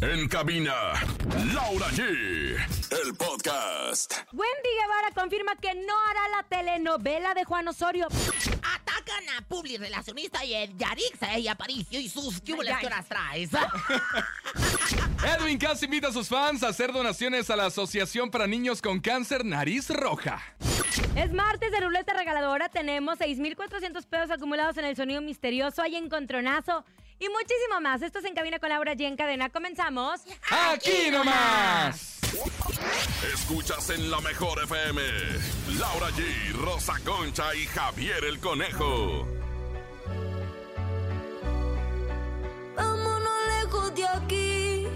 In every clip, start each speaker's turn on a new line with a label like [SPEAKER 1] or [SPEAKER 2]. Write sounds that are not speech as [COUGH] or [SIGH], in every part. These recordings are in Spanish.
[SPEAKER 1] En cabina, Laura G. El podcast.
[SPEAKER 2] Wendy Guevara confirma que no hará la telenovela de Juan Osorio.
[SPEAKER 3] Atacan a Publi Relacionista y el Yarixa eh, y Aparicio y sus cúmulas que horas
[SPEAKER 2] [LAUGHS]
[SPEAKER 3] traes.
[SPEAKER 2] Pues
[SPEAKER 4] Edwin Cass invita a sus fans a hacer donaciones a la Asociación para Niños con Cáncer Nariz Roja.
[SPEAKER 2] Es martes de ruleta regaladora. Tenemos 6,400 pesos acumulados en el sonido misterioso. Hay encontronazo. Y muchísimo más. Esto es En Cabina con Laura G. En cadena. Comenzamos.
[SPEAKER 4] ¡Aquí nomás!
[SPEAKER 1] Escuchas en la mejor FM. Laura G, Rosa Concha y Javier el Conejo.
[SPEAKER 5] Vámonos lejos de aquí.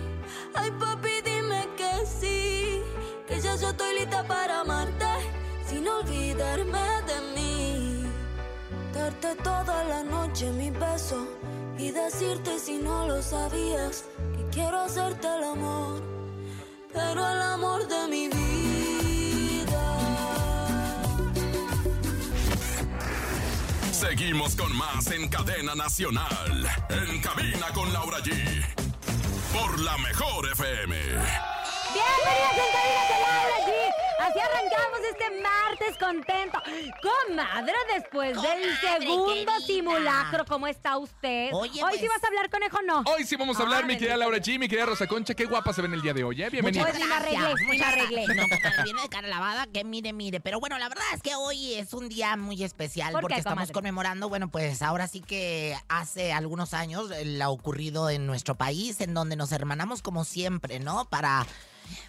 [SPEAKER 5] Ay, papi, dime que sí. Que ya yo estoy lista para amarte. Sin olvidarme de mí. Darte toda la noche mi beso. Y decirte si no lo sabías. Que quiero hacerte el amor. Pero el amor de mi vida.
[SPEAKER 1] Seguimos con más en cadena nacional. En cabina con Laura G. Por la mejor FM.
[SPEAKER 2] Bienvenidos en cabina con Laura G. Así arrancamos este martes contento. Comadre, después del
[SPEAKER 3] Comadre
[SPEAKER 2] segundo
[SPEAKER 3] querida.
[SPEAKER 2] simulacro, ¿cómo está usted?
[SPEAKER 3] Oye,
[SPEAKER 2] Hoy
[SPEAKER 3] pues-
[SPEAKER 2] sí vas a hablar conejo, no.
[SPEAKER 4] Hoy sí vamos a hablar,
[SPEAKER 2] Ah,
[SPEAKER 4] mi querida
[SPEAKER 2] bendito.
[SPEAKER 4] Laura G, mi querida Rosa Concha. Qué guapa se ven el día de hoy, ¿eh? Bienvenida.
[SPEAKER 2] Muchas Pues, ni me arreglé,
[SPEAKER 3] Gracias,
[SPEAKER 2] ni me
[SPEAKER 3] muchas
[SPEAKER 2] arreglé.
[SPEAKER 3] gracias. No, compadre, viene de cara lavada, que mire, mire. Pero bueno, la verdad es que hoy es un día muy especial
[SPEAKER 2] ¿Por qué,
[SPEAKER 3] porque estamos
[SPEAKER 2] comadre?
[SPEAKER 3] conmemorando, bueno, pues ahora sí que hace algunos años eh, lo ocurrido en nuestro país, en donde nos hermanamos como siempre, ¿no? Para,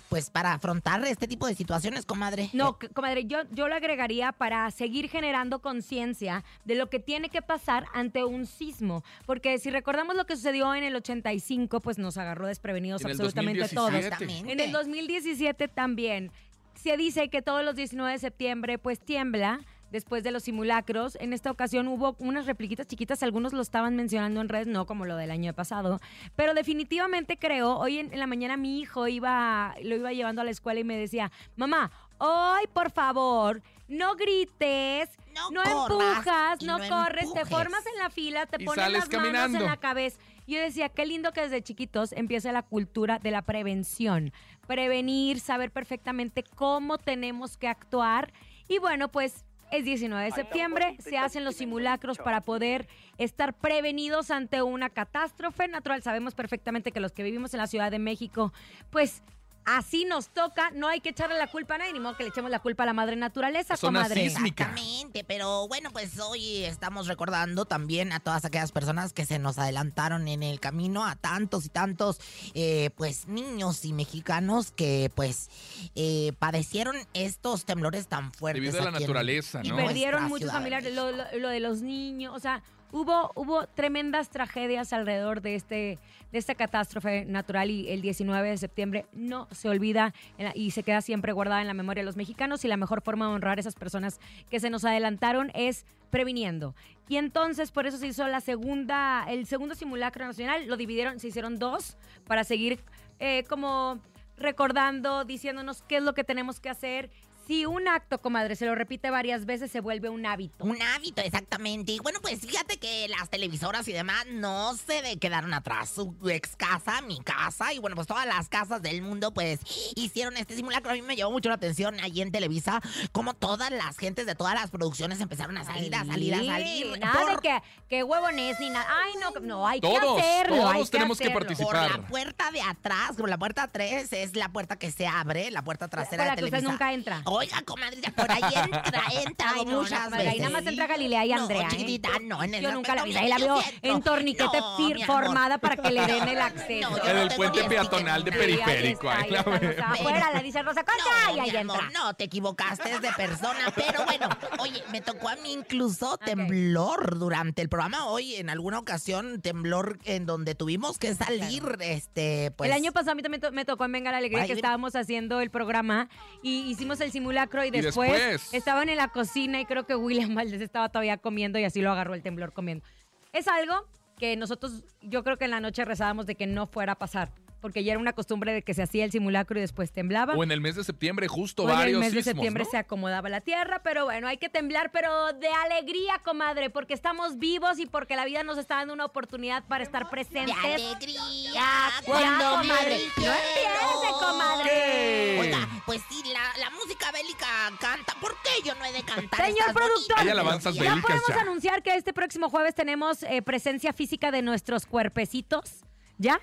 [SPEAKER 3] pues, para afrontar este tipo de situaciones,
[SPEAKER 4] Este.
[SPEAKER 3] comadre.
[SPEAKER 2] No, c- comadre, yo, yo lo agregaría para seguir generando conciencia de lo que tiene que pasar ante un sismo. Porque si recordamos lo que sucedió en el 85, pues nos agarró desprevenidos
[SPEAKER 4] En el
[SPEAKER 2] absolutamente
[SPEAKER 4] 2017.
[SPEAKER 2] todos.
[SPEAKER 3] Exactamente.
[SPEAKER 2] En el 2017 también. Se dice que todos los 19 de septiembre pues tiembla después de los simulacros. En esta ocasión hubo unas repliquitas chiquitas, algunos lo estaban mencionando en redes, no como lo del año pasado. Pero definitivamente creo, hoy en, en la mañana mi hijo iba, lo iba llevando a la escuela y me decía, mamá, hoy por favor, no grites.
[SPEAKER 3] No
[SPEAKER 2] No
[SPEAKER 3] corras
[SPEAKER 2] empujas,
[SPEAKER 3] y
[SPEAKER 2] no,
[SPEAKER 3] no
[SPEAKER 2] corres, te
[SPEAKER 3] empujes".
[SPEAKER 2] formas en la fila, te
[SPEAKER 4] Y
[SPEAKER 2] pones
[SPEAKER 4] sales
[SPEAKER 2] las manos en
[SPEAKER 4] caminando.
[SPEAKER 2] la cabeza. Yo decía, qué lindo que desde chiquitos empiece la cultura de la prevención. Prevenir, saber perfectamente cómo tenemos que actuar. Y bueno, pues es 19 de septiembre, se hacen los simulacros para poder estar prevenidos ante una catástrofe natural. Sabemos perfectamente que los que vivimos en la Ciudad de México, pues... Así nos toca, no hay que echarle la culpa a nadie, ni modo que le echemos la culpa a la madre naturaleza,
[SPEAKER 4] Zona
[SPEAKER 2] comadre.
[SPEAKER 4] sísmica. Mica.
[SPEAKER 3] Exactamente, pero bueno, pues hoy estamos recordando también a todas aquellas personas que se nos adelantaron en el camino, a tantos y tantos, eh, pues niños y mexicanos que pues eh, padecieron estos temblores tan fuertes.
[SPEAKER 4] Debido a la
[SPEAKER 3] aquí en-
[SPEAKER 4] naturaleza,
[SPEAKER 2] Y
[SPEAKER 4] ¿no?
[SPEAKER 3] Nuestra
[SPEAKER 2] perdieron muchos
[SPEAKER 3] Ciudad de
[SPEAKER 2] familiares, lo, lo- lo de los niños, o sea, hubo, hubo tremendas tragedias alrededor de, este, de esta catástrofe natural y el 19 de septiembre no se olvida en la- y se queda siempre guardada en la memoria de los mexicanos y la mejor forma de honrar a esas personas que se nos adelantaron es previniendo. Y entonces por eso se hizo la segunda, el segundo simulacro nacional, lo dividieron, se hicieron dos para seguir eh, como recordando, diciéndonos qué es lo que tenemos que hacer. Si un acto, comadre, se lo repite varias veces, se vuelve un hábito.
[SPEAKER 3] Un hábito, exactamente. Y bueno, pues fíjate que las televisoras y demás no se de- quedaron atrás. Su ex casa, mi casa, y bueno, pues todas las casas del mundo, pues hicieron este simulacro. A mí me llamó mucho la atención allí en Televisa, como todas las gentes de todas las producciones empezaron a salir, a salir, a salir.
[SPEAKER 2] Nada
[SPEAKER 3] por-
[SPEAKER 2] de que, que huevones ni nada. Ay, no, no, hay
[SPEAKER 4] Todos,
[SPEAKER 2] que hacerlo.
[SPEAKER 4] todos
[SPEAKER 2] hay que
[SPEAKER 4] tenemos que
[SPEAKER 2] hacerlo.
[SPEAKER 4] participar.
[SPEAKER 3] por la
[SPEAKER 4] participar.
[SPEAKER 3] puerta de atrás, por la puerta 3 es la puerta que se abre, la puerta trasera
[SPEAKER 2] Por la
[SPEAKER 3] de
[SPEAKER 2] que usted
[SPEAKER 3] Televisa.
[SPEAKER 2] nunca entra.
[SPEAKER 3] Oiga, comadre, ya por ahí
[SPEAKER 2] [LAUGHS]
[SPEAKER 3] entra, entra
[SPEAKER 2] Ay, no, no,
[SPEAKER 3] muchas
[SPEAKER 2] comadre,
[SPEAKER 3] veces.
[SPEAKER 2] ahí nada más entra Galilea y Andrea, ¿eh?
[SPEAKER 3] No, chiquitita, no, en el
[SPEAKER 2] Yo nunca la vi.
[SPEAKER 3] aspecto
[SPEAKER 2] Ahí la
[SPEAKER 3] mío
[SPEAKER 2] veo
[SPEAKER 3] sí entro.
[SPEAKER 2] en torniquete
[SPEAKER 3] No,
[SPEAKER 2] fir-
[SPEAKER 3] mi amor.
[SPEAKER 2] formada para que le den el acceso.
[SPEAKER 3] No, yo
[SPEAKER 4] En
[SPEAKER 3] no
[SPEAKER 4] el
[SPEAKER 3] tengo
[SPEAKER 4] puente
[SPEAKER 3] ni el ticket,
[SPEAKER 4] peatonal de
[SPEAKER 3] no.
[SPEAKER 2] Sí, ahí
[SPEAKER 4] periférico,
[SPEAKER 2] está,
[SPEAKER 4] ahí la
[SPEAKER 2] están
[SPEAKER 4] veo.
[SPEAKER 2] los afuera, la dice Rosa Concha, y
[SPEAKER 3] mi
[SPEAKER 2] ahí
[SPEAKER 3] amor,
[SPEAKER 2] entra.
[SPEAKER 3] no, te equivocaste de persona. Pero bueno, oye, me tocó a mí incluso
[SPEAKER 2] Ok.
[SPEAKER 3] temblor durante el programa hoy. En alguna ocasión, temblor en donde tuvimos que salir, este, pues...
[SPEAKER 2] el año pasado a mí también to- me tocó en Venga la Alegría
[SPEAKER 3] Ay,
[SPEAKER 2] que
[SPEAKER 3] ven-
[SPEAKER 2] estábamos haciendo el programa y hicimos el simulacro y después,
[SPEAKER 4] después.
[SPEAKER 2] estaban en la cocina y creo que William Valdés estaba todavía comiendo y así lo agarró el temblor comiendo. Es algo que nosotros, yo creo que en la noche rezábamos de que no fuera a pasar. porque ya era una costumbre de que se hacía el simulacro y después temblaba.
[SPEAKER 4] O en el mes de septiembre, justo
[SPEAKER 2] Bueno,
[SPEAKER 4] varios
[SPEAKER 2] el mes de
[SPEAKER 4] sismos,
[SPEAKER 2] septiembre
[SPEAKER 4] ¿no?
[SPEAKER 2] se acomodaba la tierra, pero bueno, hay que temblar, pero de alegría, comadre, porque estamos vivos y porque la vida nos está dando una oportunidad para estar
[SPEAKER 3] De
[SPEAKER 2] presentes.
[SPEAKER 3] alegría.
[SPEAKER 2] Ya,
[SPEAKER 3] Cuando me
[SPEAKER 2] comadre, no
[SPEAKER 3] quiero.
[SPEAKER 2] empiece, comadre.
[SPEAKER 4] ¿Qué?
[SPEAKER 3] Oiga, pues sí, la, la música bélica canta. ¿Por qué yo no he de cantar?
[SPEAKER 2] Señor
[SPEAKER 3] estas
[SPEAKER 2] productor,
[SPEAKER 3] bonitas
[SPEAKER 4] Hay alabanzas
[SPEAKER 2] ya
[SPEAKER 3] melodías?
[SPEAKER 4] bélicas
[SPEAKER 2] podemos
[SPEAKER 4] ya.
[SPEAKER 2] anunciar que este próximo jueves tenemos eh, presencia física de nuestros cuerpecitos, ¿ya?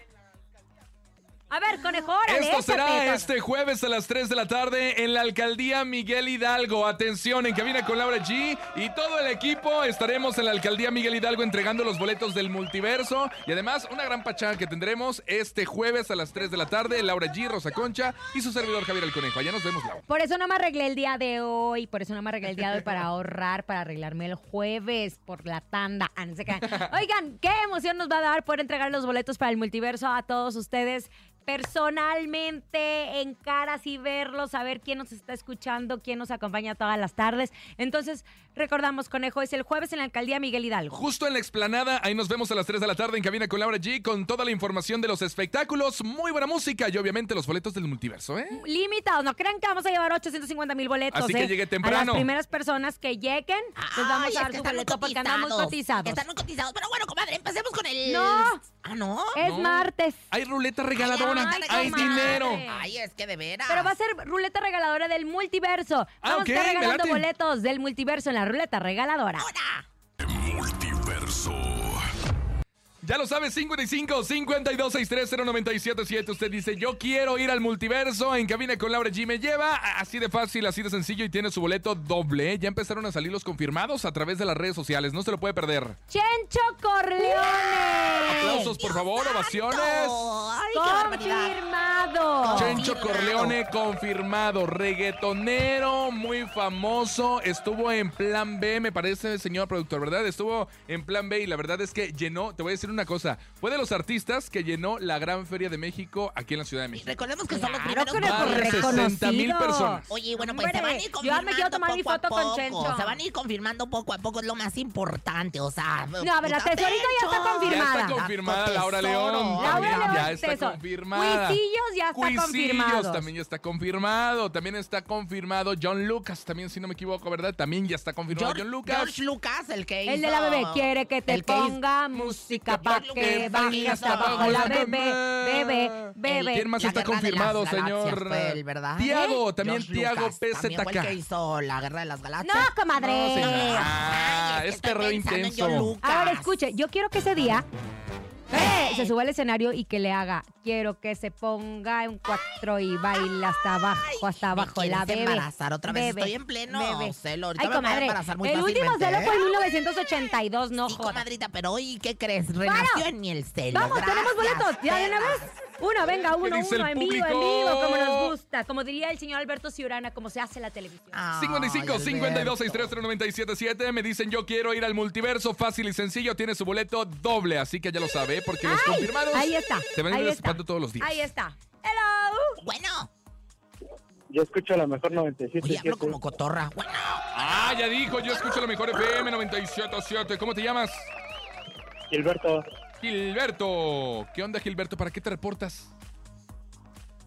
[SPEAKER 2] A ver, conejo, órale,
[SPEAKER 4] Esto
[SPEAKER 2] échate.
[SPEAKER 4] será este jueves a las 3 de la tarde en la alcaldía Miguel Hidalgo. Atención, en cabina con Laura G y todo el equipo estaremos en la alcaldía Miguel Hidalgo entregando los boletos del multiverso. Y además, una gran pachada que tendremos este jueves a las 3 de la tarde. Laura G, Rosa Concha y su servidor Javier el Conejo. Allá nos vemos, Laura.
[SPEAKER 2] Por eso no me arreglé el día de hoy, por eso no me arreglé el día de hoy para ahorrar, para arreglarme el jueves por la tanda. Ah, no se crean. Oigan, qué emoción nos va a dar poder entregar los boletos para el multiverso a todos ustedes personalmente, en caras y verlos, saber quién nos está escuchando, quién nos acompaña todas las tardes. Entonces, recordamos, conejo, es el jueves en la alcaldía Miguel Hidalgo.
[SPEAKER 4] Justo en la explanada, ahí nos vemos a las 3 de la tarde en cabina con Laura G con toda la información de los espectáculos, muy buena música y obviamente los boletos del multiverso, ¿eh?
[SPEAKER 2] Limitados, no crean que vamos a llevar 850 mil boletos.
[SPEAKER 4] Así que
[SPEAKER 2] ¿eh?
[SPEAKER 4] llegue
[SPEAKER 2] A
[SPEAKER 4] temprano.
[SPEAKER 2] las primeras personas que lleguen, les
[SPEAKER 3] Ay,
[SPEAKER 2] Pues vamos
[SPEAKER 3] es
[SPEAKER 2] a dar
[SPEAKER 3] que
[SPEAKER 2] su
[SPEAKER 3] están muy
[SPEAKER 2] boleto porque andamos
[SPEAKER 3] cotizados.
[SPEAKER 2] cotizados.
[SPEAKER 3] Están muy cotizados. Pero bueno, comadre, empecemos con el.
[SPEAKER 2] No.
[SPEAKER 3] Ah, no.
[SPEAKER 2] Es
[SPEAKER 4] No.
[SPEAKER 2] martes.
[SPEAKER 4] Hay ruleta regaladora,
[SPEAKER 2] Ay,
[SPEAKER 4] hay
[SPEAKER 2] comadre.
[SPEAKER 4] dinero.
[SPEAKER 3] Ay, es que de veras.
[SPEAKER 2] Pero va a ser ruleta regaladora del multiverso. Vamos
[SPEAKER 4] Ah. ok,
[SPEAKER 2] a estar
[SPEAKER 4] me
[SPEAKER 2] regalando
[SPEAKER 4] late.
[SPEAKER 2] boletos del multiverso en la ruleta regaladora.
[SPEAKER 3] Ahora.
[SPEAKER 1] Multiverso.
[SPEAKER 4] Ya lo sabes, 55 52 63 0977. Usted dice, yo quiero ir al multiverso en cabina con Laura G. Me lleva así de fácil, así de sencillo y tiene su boleto doble. Ya empezaron a salir los confirmados a través de las redes sociales. No se lo puede perder.
[SPEAKER 2] Chencho Corleone.
[SPEAKER 4] Aplausos, por
[SPEAKER 3] Dios
[SPEAKER 4] favor,
[SPEAKER 3] santo.
[SPEAKER 4] ovaciones.
[SPEAKER 3] Ay, qué barbaridad.
[SPEAKER 2] Confirmado.
[SPEAKER 3] Chen-
[SPEAKER 4] Chencho Corleone confirmado, reggaetonero muy famoso, estuvo en plan B, me parece, señor productor, ¿verdad? Estuvo en plan B y la verdad es que llenó, te voy a decir una cosa, fue de los artistas que llenó la Gran Feria de México aquí en la Ciudad de
[SPEAKER 3] Y
[SPEAKER 4] México.
[SPEAKER 3] recordemos que son los
[SPEAKER 2] Claro,
[SPEAKER 3] primeros.
[SPEAKER 2] conejo,
[SPEAKER 4] Más de
[SPEAKER 3] boletos.
[SPEAKER 4] 60,000
[SPEAKER 2] reconocido.
[SPEAKER 4] personas.
[SPEAKER 3] Oye, bueno, pues se
[SPEAKER 2] Hombre,
[SPEAKER 3] van a ir
[SPEAKER 2] Yo ya
[SPEAKER 3] confirmando
[SPEAKER 2] me quiero tomar mi
[SPEAKER 3] poco a
[SPEAKER 2] foto con
[SPEAKER 3] poco.
[SPEAKER 2] Chencho.
[SPEAKER 3] Se van a ir confirmando poco a poco, es lo más importante, o sea...
[SPEAKER 2] No, a ver, la
[SPEAKER 3] puta,
[SPEAKER 2] tesorito ya está
[SPEAKER 3] Chencho.
[SPEAKER 4] Ya
[SPEAKER 2] confirmada.
[SPEAKER 4] está confirmada Laura León.
[SPEAKER 3] Laura
[SPEAKER 4] también
[SPEAKER 2] León,
[SPEAKER 4] ya está
[SPEAKER 2] eso.
[SPEAKER 4] confirmada.
[SPEAKER 2] Cuisillos ya está
[SPEAKER 4] Cuisillos
[SPEAKER 2] confirmados.
[SPEAKER 4] también ya está confirmado. También está confirmado John Lucas, también si no me equivoco, ¿verdad? También ya está confirmado
[SPEAKER 3] George
[SPEAKER 4] John Lucas.
[SPEAKER 3] George Lucas, el que hizo...
[SPEAKER 2] El de la bebé quiere que te
[SPEAKER 3] el que hizo-
[SPEAKER 2] ponga música pa'
[SPEAKER 3] George Lucas,
[SPEAKER 2] que
[SPEAKER 3] el
[SPEAKER 2] baje
[SPEAKER 3] hizo-
[SPEAKER 2] hasta abajo la bebé, bebé, bebé.
[SPEAKER 4] ¿Quién más
[SPEAKER 3] La
[SPEAKER 4] está
[SPEAKER 3] Guerra de
[SPEAKER 4] confirmado,
[SPEAKER 3] las Galaxias
[SPEAKER 4] señor?
[SPEAKER 3] fue él, ¿verdad?
[SPEAKER 2] ¿Eh?
[SPEAKER 4] Tiago, también
[SPEAKER 3] George
[SPEAKER 4] Tiago
[SPEAKER 3] Lucas, también fue el que
[SPEAKER 4] PZK.
[SPEAKER 3] hizo la Guerra de las
[SPEAKER 2] No,
[SPEAKER 3] Galaxias.
[SPEAKER 4] No,
[SPEAKER 2] comadre.
[SPEAKER 4] señora. Ah,
[SPEAKER 3] Ay,
[SPEAKER 4] es
[SPEAKER 3] estoy
[SPEAKER 4] perreo
[SPEAKER 3] pensando en
[SPEAKER 4] intenso.
[SPEAKER 3] John Lucas.
[SPEAKER 2] Ahora escuche, yo quiero que ese día eh, se suba al escenario y que le haga, quiero que se ponga en cuatro y baila hasta abajo, hasta
[SPEAKER 3] Me
[SPEAKER 2] abajo la
[SPEAKER 3] quieres
[SPEAKER 2] bebé.
[SPEAKER 3] embarazar otra vez,
[SPEAKER 2] bebé,
[SPEAKER 3] estoy en pleno
[SPEAKER 2] bebé.
[SPEAKER 3] celo, ahorita
[SPEAKER 2] Ay,
[SPEAKER 3] me voy a
[SPEAKER 2] comadre,
[SPEAKER 3] embarazar muy
[SPEAKER 2] el último
[SPEAKER 3] fácilmente,
[SPEAKER 2] celo
[SPEAKER 3] ¿eh?
[SPEAKER 2] fue en 1982, no
[SPEAKER 3] Sí,
[SPEAKER 2] jodas.
[SPEAKER 3] comadrita, pero hoy, ¿qué crees? Renació
[SPEAKER 2] Bueno,
[SPEAKER 3] en mí el celo.
[SPEAKER 2] Vamos, tenemos
[SPEAKER 3] Gracias,
[SPEAKER 2] boletos, ya de una
[SPEAKER 3] perra.
[SPEAKER 2] vez. Uno, venga, uno,
[SPEAKER 4] dice el
[SPEAKER 2] uno, en vivo, en
[SPEAKER 4] público?
[SPEAKER 2] vivo, como nos gusta. Como diría el señor Alberto Ciurana, como se hace en la televisión.
[SPEAKER 3] Ay,
[SPEAKER 4] 55 52
[SPEAKER 3] Alberto.
[SPEAKER 4] 63 977 me dicen yo quiero ir al multiverso fácil y sencillo tiene su boleto doble así que ya lo sabe porque los
[SPEAKER 2] Ay,
[SPEAKER 4] confirmados
[SPEAKER 2] Ahí está.
[SPEAKER 4] se van a
[SPEAKER 2] ahí
[SPEAKER 4] ir
[SPEAKER 2] está.
[SPEAKER 4] destapando todos los días
[SPEAKER 2] Ahí está. Hello.
[SPEAKER 3] Bueno,
[SPEAKER 6] Yo escucho a la mejor 97.
[SPEAKER 3] oye, hablo como cotorra. Bueno,
[SPEAKER 4] ah ya dijo yo escucho la mejor FM 977 cómo te llamas
[SPEAKER 6] Gilberto,
[SPEAKER 4] Gilberto qué onda Gilberto para qué te reportas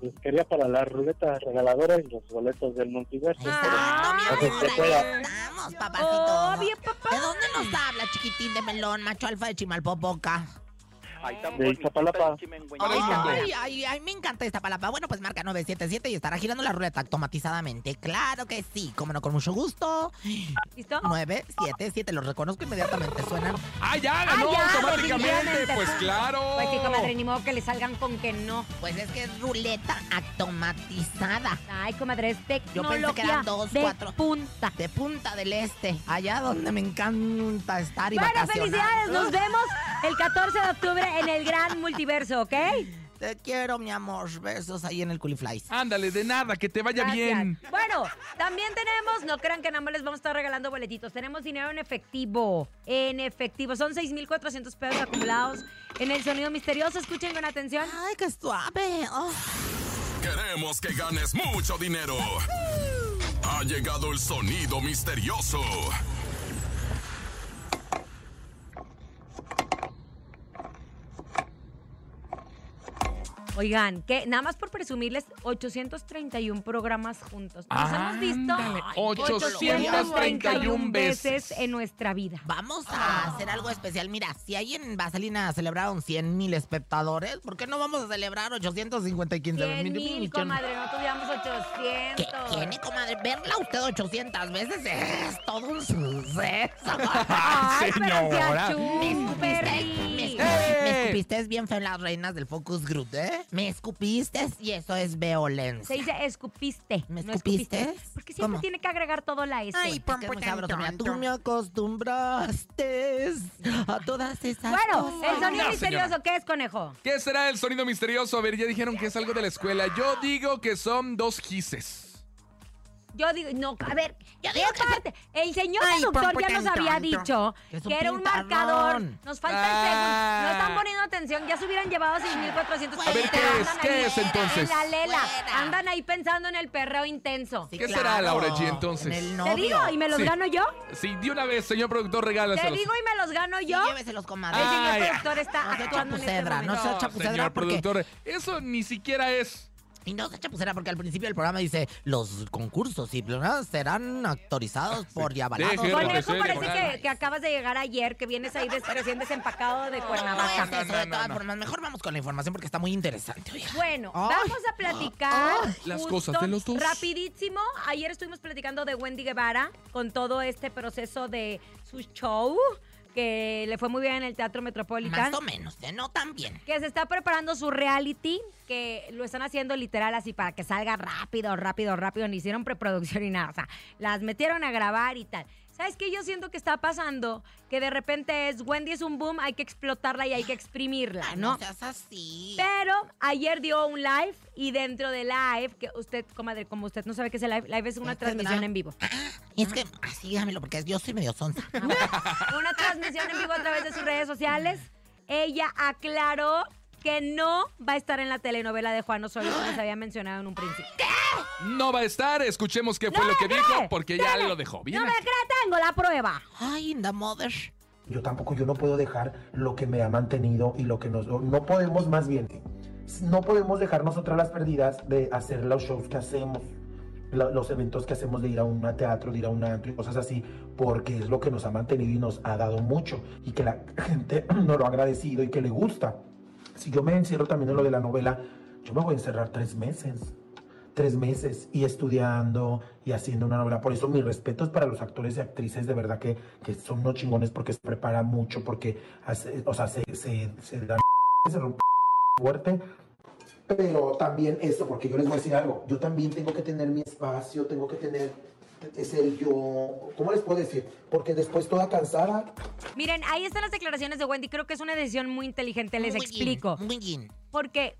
[SPEAKER 6] les pues, quería para la ruleta regaladora y los boletos del multiverso.
[SPEAKER 2] Ah.
[SPEAKER 3] exacto, mi
[SPEAKER 6] Ay,
[SPEAKER 3] amor,
[SPEAKER 6] se puede.
[SPEAKER 3] ahí estamos, papacito.
[SPEAKER 2] Obvio, Oh, papá.
[SPEAKER 3] ¿De dónde nos habla, chiquitín de melón, macho alfa de Chimalpopoca?
[SPEAKER 6] De Iztapalapa.
[SPEAKER 4] Ahora es cuando.
[SPEAKER 3] Ay, ay, ay, me encanta esta palabra. Bueno, pues marca 977 y estará girando la ruleta automatizadamente. Claro que sí, como no, con mucho gusto.
[SPEAKER 2] ¿Listo?
[SPEAKER 3] 977, los reconozco inmediatamente, suenan.
[SPEAKER 4] ah ya ganó
[SPEAKER 2] ya,
[SPEAKER 4] automáticamente
[SPEAKER 2] definitivamente.
[SPEAKER 4] pues claro
[SPEAKER 2] Pues sí, comadre, ni modo que le salgan con que no.
[SPEAKER 3] Pues es que es ruleta automatizada.
[SPEAKER 2] Ay, comadre, es
[SPEAKER 3] Yo pensé que
[SPEAKER 2] tecnología
[SPEAKER 3] eran dos,
[SPEAKER 2] de
[SPEAKER 3] cuatro.
[SPEAKER 2] punta.
[SPEAKER 3] De Punta del Este, allá donde me encanta estar y
[SPEAKER 2] Bueno,
[SPEAKER 3] vacacionar.
[SPEAKER 2] felicidades. Nos
[SPEAKER 3] Ah.
[SPEAKER 2] vemos el 14 de octubre en el Gran Multiverso, ¿ok?
[SPEAKER 3] Te quiero, mi amor. Besos ahí en el culiflies.
[SPEAKER 4] ándale de nada que te vaya
[SPEAKER 2] Gracias.
[SPEAKER 4] bien
[SPEAKER 2] Bueno, también tenemos, no crean que nada más les vamos a estar regalando boletitos. Tenemos dinero en efectivo. En efectivo. Son 6,400 pesos acumulados en el sonido misterioso. Escuchen con atención.
[SPEAKER 3] Ay, qué suave. Oh.
[SPEAKER 1] Queremos que ganes mucho dinero. Ha llegado el sonido misterioso.
[SPEAKER 2] Oigan, que nada más por presumirles, 831 programas juntos. Nos hemos visto
[SPEAKER 4] Ah, Ándale,
[SPEAKER 2] 831
[SPEAKER 4] 831
[SPEAKER 2] veces
[SPEAKER 4] veces.
[SPEAKER 2] en nuestra vida.
[SPEAKER 3] Vamos a hacer algo especial. Mira, si ahí en Vaselina celebraron 100 mil espectadores, ¿por qué no vamos a celebrar 855
[SPEAKER 2] 100 mil,
[SPEAKER 3] mil?
[SPEAKER 2] comadre, no tuviéramos 800.
[SPEAKER 3] ¿Qué tiene, comadre? Verla usted 800 veces es todo un [LAUGHS] suceso.
[SPEAKER 2] Ay, pero
[SPEAKER 4] señora.
[SPEAKER 2] si achú,
[SPEAKER 3] Me,
[SPEAKER 2] Perry.
[SPEAKER 3] escu- me escupiste bien feo en las reinas del Focus Group, ¿eh? Me escupiste y eso es
[SPEAKER 2] Se
[SPEAKER 3] violencia.
[SPEAKER 2] dice escupiste.
[SPEAKER 3] ¿Me
[SPEAKER 2] no
[SPEAKER 3] escupiste?
[SPEAKER 2] Porque siempre
[SPEAKER 3] ¿Cómo?
[SPEAKER 2] tiene que agregar todo la S.
[SPEAKER 3] Ay,
[SPEAKER 7] pom,
[SPEAKER 3] es que es muy
[SPEAKER 7] pom,
[SPEAKER 3] sabroso.
[SPEAKER 7] tan,
[SPEAKER 3] Mira, tú
[SPEAKER 7] tan.
[SPEAKER 3] me acostumbraste a todas esas
[SPEAKER 2] bueno,
[SPEAKER 3] cosas.
[SPEAKER 2] el sonido
[SPEAKER 4] No,
[SPEAKER 2] misterioso,
[SPEAKER 4] señora.
[SPEAKER 2] ¿qué es, conejo?
[SPEAKER 4] ¿Qué será el sonido misterioso? A ver, ya dijeron que es algo de la escuela. Yo digo que son dos gises.
[SPEAKER 2] Yo digo, no, a ver,
[SPEAKER 3] Yo
[SPEAKER 2] ¿qué
[SPEAKER 3] digo que-
[SPEAKER 2] parte? El señor
[SPEAKER 7] Ay,
[SPEAKER 2] conductor
[SPEAKER 7] pompo
[SPEAKER 2] ya
[SPEAKER 7] tan
[SPEAKER 2] nos había
[SPEAKER 7] tonto.
[SPEAKER 2] dicho
[SPEAKER 3] Que es un
[SPEAKER 2] que era un
[SPEAKER 3] pintarrón.
[SPEAKER 2] marcador. Nos falta el segundo. No
[SPEAKER 4] Ah.
[SPEAKER 2] están poniendo atención, ya se hubieran llevado 6.400.
[SPEAKER 3] A ver,
[SPEAKER 2] pero
[SPEAKER 3] ¿qué
[SPEAKER 2] andan
[SPEAKER 4] es? ¿Qué
[SPEAKER 2] ahí
[SPEAKER 4] es entonces?
[SPEAKER 2] En la lela.
[SPEAKER 3] Fuera.
[SPEAKER 2] Andan ahí pensando en el perreo intenso.
[SPEAKER 3] Sí,
[SPEAKER 4] ¿Qué será, Laura G, entonces?
[SPEAKER 3] En el novio.
[SPEAKER 2] Te digo, y me los
[SPEAKER 4] Sí.
[SPEAKER 2] gano yo.
[SPEAKER 4] Sí, de una vez, señor productor,
[SPEAKER 2] Te
[SPEAKER 4] regálaselos.
[SPEAKER 2] digo y me los gano
[SPEAKER 3] Sí,
[SPEAKER 2] yo.
[SPEAKER 3] lléveselos, comadre.
[SPEAKER 2] El señor
[SPEAKER 4] Ay,
[SPEAKER 2] productor está
[SPEAKER 3] No se echa
[SPEAKER 2] actuando en este
[SPEAKER 3] pusedra, no
[SPEAKER 2] momento.
[SPEAKER 3] se echa
[SPEAKER 4] No,
[SPEAKER 3] pusedra
[SPEAKER 4] señor
[SPEAKER 3] porque...
[SPEAKER 4] productor, eso ni siquiera es.
[SPEAKER 3] Y no se echa pusedra porque al principio del programa dice los concursos y programas serán autorizados por y avalados.
[SPEAKER 4] Deje
[SPEAKER 3] por-
[SPEAKER 4] lo que
[SPEAKER 2] Conejo,
[SPEAKER 4] sea,
[SPEAKER 2] Ah, parece
[SPEAKER 4] Leonardo.
[SPEAKER 2] que, que acabas de llegar ayer, que vienes ahí des- recién desempacado de
[SPEAKER 3] No pues, es
[SPEAKER 2] Cuernavaca.
[SPEAKER 3] eso,
[SPEAKER 4] no,
[SPEAKER 3] de
[SPEAKER 4] no,
[SPEAKER 3] todas
[SPEAKER 4] no.
[SPEAKER 3] formas. Mejor vamos con la información porque está muy interesante. oiga.
[SPEAKER 2] Bueno,
[SPEAKER 3] Ay.
[SPEAKER 2] vamos a platicar
[SPEAKER 3] Ay.
[SPEAKER 4] Las
[SPEAKER 2] justo,
[SPEAKER 4] cosas de los dos.
[SPEAKER 2] Rapidísimo, ayer estuvimos platicando de Wendy Guevara con todo este proceso de su show que le fue muy bien en el Teatro Metropolitan.
[SPEAKER 3] Más o menos, ¿eh? no tan bien.
[SPEAKER 2] Que se está preparando su reality, que lo están haciendo literal así para que salga rápido, rápido, rápido. Ni hicieron preproducción ni nada. O sea, las metieron a grabar y tal. ¿Sabes qué? Yo siento que está pasando que de repente es Wendy es un boom, hay que explotarla y hay que exprimirla, Ah,
[SPEAKER 3] Ay,
[SPEAKER 2] ¿no?
[SPEAKER 3] Ah, no seas así.
[SPEAKER 2] Pero ayer dio un live y dentro del live, que usted, comadre, como usted no sabe qué es el live, live es una
[SPEAKER 3] Este es
[SPEAKER 2] transmisión
[SPEAKER 3] la-
[SPEAKER 2] en vivo. [LAUGHS]
[SPEAKER 3] Es que así dámelo porque yo soy medio sonsa.
[SPEAKER 2] Una transmisión en vivo a través de sus redes sociales. Ella aclaró que no va a estar en la telenovela de Juan Osorio, como se había mencionado en un principio.
[SPEAKER 4] No va a estar, escuchemos qué fue
[SPEAKER 2] No
[SPEAKER 4] lo
[SPEAKER 2] me
[SPEAKER 4] que
[SPEAKER 2] cree,
[SPEAKER 4] dijo, porque ya
[SPEAKER 2] tiene-
[SPEAKER 4] lo dejó. Bien
[SPEAKER 2] No me
[SPEAKER 4] aquí.
[SPEAKER 2] cree, tengo la prueba.
[SPEAKER 3] Ay, in the mother.
[SPEAKER 8] Yo tampoco, yo no puedo dejar lo que me ha mantenido y lo que nos... No podemos más bien. No podemos dejar nosotras las pérdidas de hacer los shows que hacemos, la- los eventos que hacemos de ir a un teatro, de ir a un antro y cosas así, porque es lo que nos ha mantenido y nos ha dado mucho y que la gente [CLEARS THROAT] nos lo ha agradecido y que le gusta. Si yo me encierro también en lo de la novela, yo me voy a encerrar tres meses tres meses y estudiando y haciendo una novela. Por eso mis respetos para los actores y actrices, de verdad que, que son unos chingones porque se preparan mucho, porque hace- o sea, se, se, se dan se rompen fuerte. Pero también eso, porque yo les voy a decir algo, yo también tengo que tener mi espacio, tengo que tener ser yo, ¿cómo les puedo decir? Porque después toda cansada,
[SPEAKER 2] Miren, ahí están las declaraciones de Wendy. Creo que es una decisión muy inteligente, les
[SPEAKER 3] Muy
[SPEAKER 2] explico.
[SPEAKER 3] bien, Muy bien.
[SPEAKER 2] porque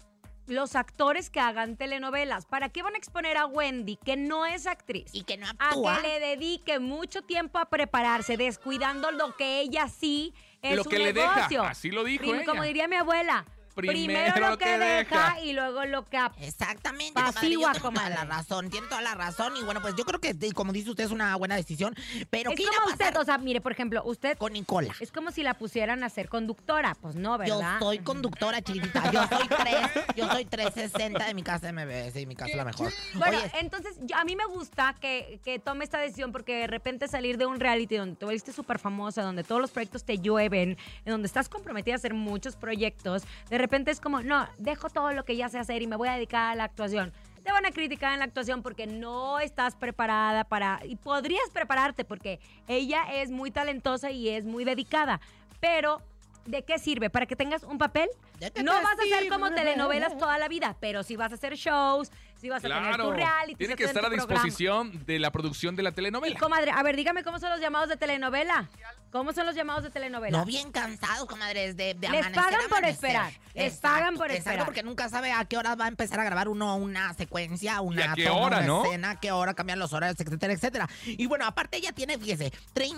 [SPEAKER 2] los actores que hagan telenovelas, ¿para qué van a exponer a Wendy, que no es actriz?
[SPEAKER 3] Y que no
[SPEAKER 2] a
[SPEAKER 3] actúa.
[SPEAKER 4] ¿ah?
[SPEAKER 2] que le dedique mucho tiempo a prepararse, descuidando lo que ella sí es
[SPEAKER 4] Lo
[SPEAKER 2] su
[SPEAKER 4] que le deja,
[SPEAKER 2] negocio.
[SPEAKER 4] así lo dijo
[SPEAKER 2] Prim-
[SPEAKER 4] ella.
[SPEAKER 2] Como diría mi abuela, primero,
[SPEAKER 4] Primero
[SPEAKER 2] lo
[SPEAKER 4] lo
[SPEAKER 2] que,
[SPEAKER 4] que
[SPEAKER 2] deja,
[SPEAKER 4] deja.
[SPEAKER 2] y luego lo que... ap-
[SPEAKER 3] Exactamente,
[SPEAKER 2] Pasiva,
[SPEAKER 3] comadre. Yo tengo toda la
[SPEAKER 2] comadre.
[SPEAKER 3] razón, tiene toda la razón. Y bueno, pues yo creo que, y como dice usted, es una buena decisión. Pero ¿qué
[SPEAKER 2] Es
[SPEAKER 3] irá a
[SPEAKER 2] como
[SPEAKER 3] pasar
[SPEAKER 2] usted, o sea, mire, por ejemplo, usted
[SPEAKER 3] con Nicola?
[SPEAKER 2] es como si la pusieran a ser conductora. Pues no,
[SPEAKER 3] Yo
[SPEAKER 2] ¿verdad?
[SPEAKER 3] soy conductora, chiquitita. Yo soy tres, yo soy 360 de mi casa de MBS y mi casa es la mejor.
[SPEAKER 2] Bueno,
[SPEAKER 3] Oye,
[SPEAKER 2] entonces yo- a mí me gusta que, que tome esta decisión porque de repente salir de un reality donde te volviste súper famosa, donde todos los proyectos te llueven, en donde estás comprometida a hacer muchos proyectos, de repente es como, no, dejo todo lo que ya sé hacer y me voy a dedicar a la actuación. Te van a criticar en la actuación porque no estás preparada para... Y podrías prepararte porque ella es muy talentosa y es muy dedicada, pero... ¿De qué sirve? ¿Para que tengas un papel?
[SPEAKER 3] ¿de qué
[SPEAKER 2] No
[SPEAKER 3] te
[SPEAKER 2] vas a hacer
[SPEAKER 3] sirve?
[SPEAKER 2] como telenovelas toda la vida, pero sí vas a hacer shows, sí vas a tener tu
[SPEAKER 4] Claro,
[SPEAKER 2] reality.
[SPEAKER 4] tiene
[SPEAKER 2] vas
[SPEAKER 4] que
[SPEAKER 2] tener
[SPEAKER 4] estar
[SPEAKER 2] tu
[SPEAKER 4] a
[SPEAKER 2] programa.
[SPEAKER 4] disposición de la producción de la
[SPEAKER 2] Y
[SPEAKER 4] telenovela.
[SPEAKER 2] comadre, a ver, dígame cómo son los llamados de telenovela. ¿Cómo son los llamados de telenovela?
[SPEAKER 3] No bien cansados, comadres, de, de
[SPEAKER 2] Les
[SPEAKER 3] amanecer a
[SPEAKER 2] pagan por
[SPEAKER 3] amanecer.
[SPEAKER 2] esperar, les pagan por
[SPEAKER 3] exacto,
[SPEAKER 2] esperar.
[SPEAKER 3] porque nunca sabe a qué hora va a empezar a grabar uno una secuencia, una,
[SPEAKER 4] qué
[SPEAKER 3] toma,
[SPEAKER 4] hora,
[SPEAKER 3] una
[SPEAKER 4] no?
[SPEAKER 3] escena, a qué hora cambian los horarios, etcétera, etcétera. Y bueno, aparte ella tiene, fíjese,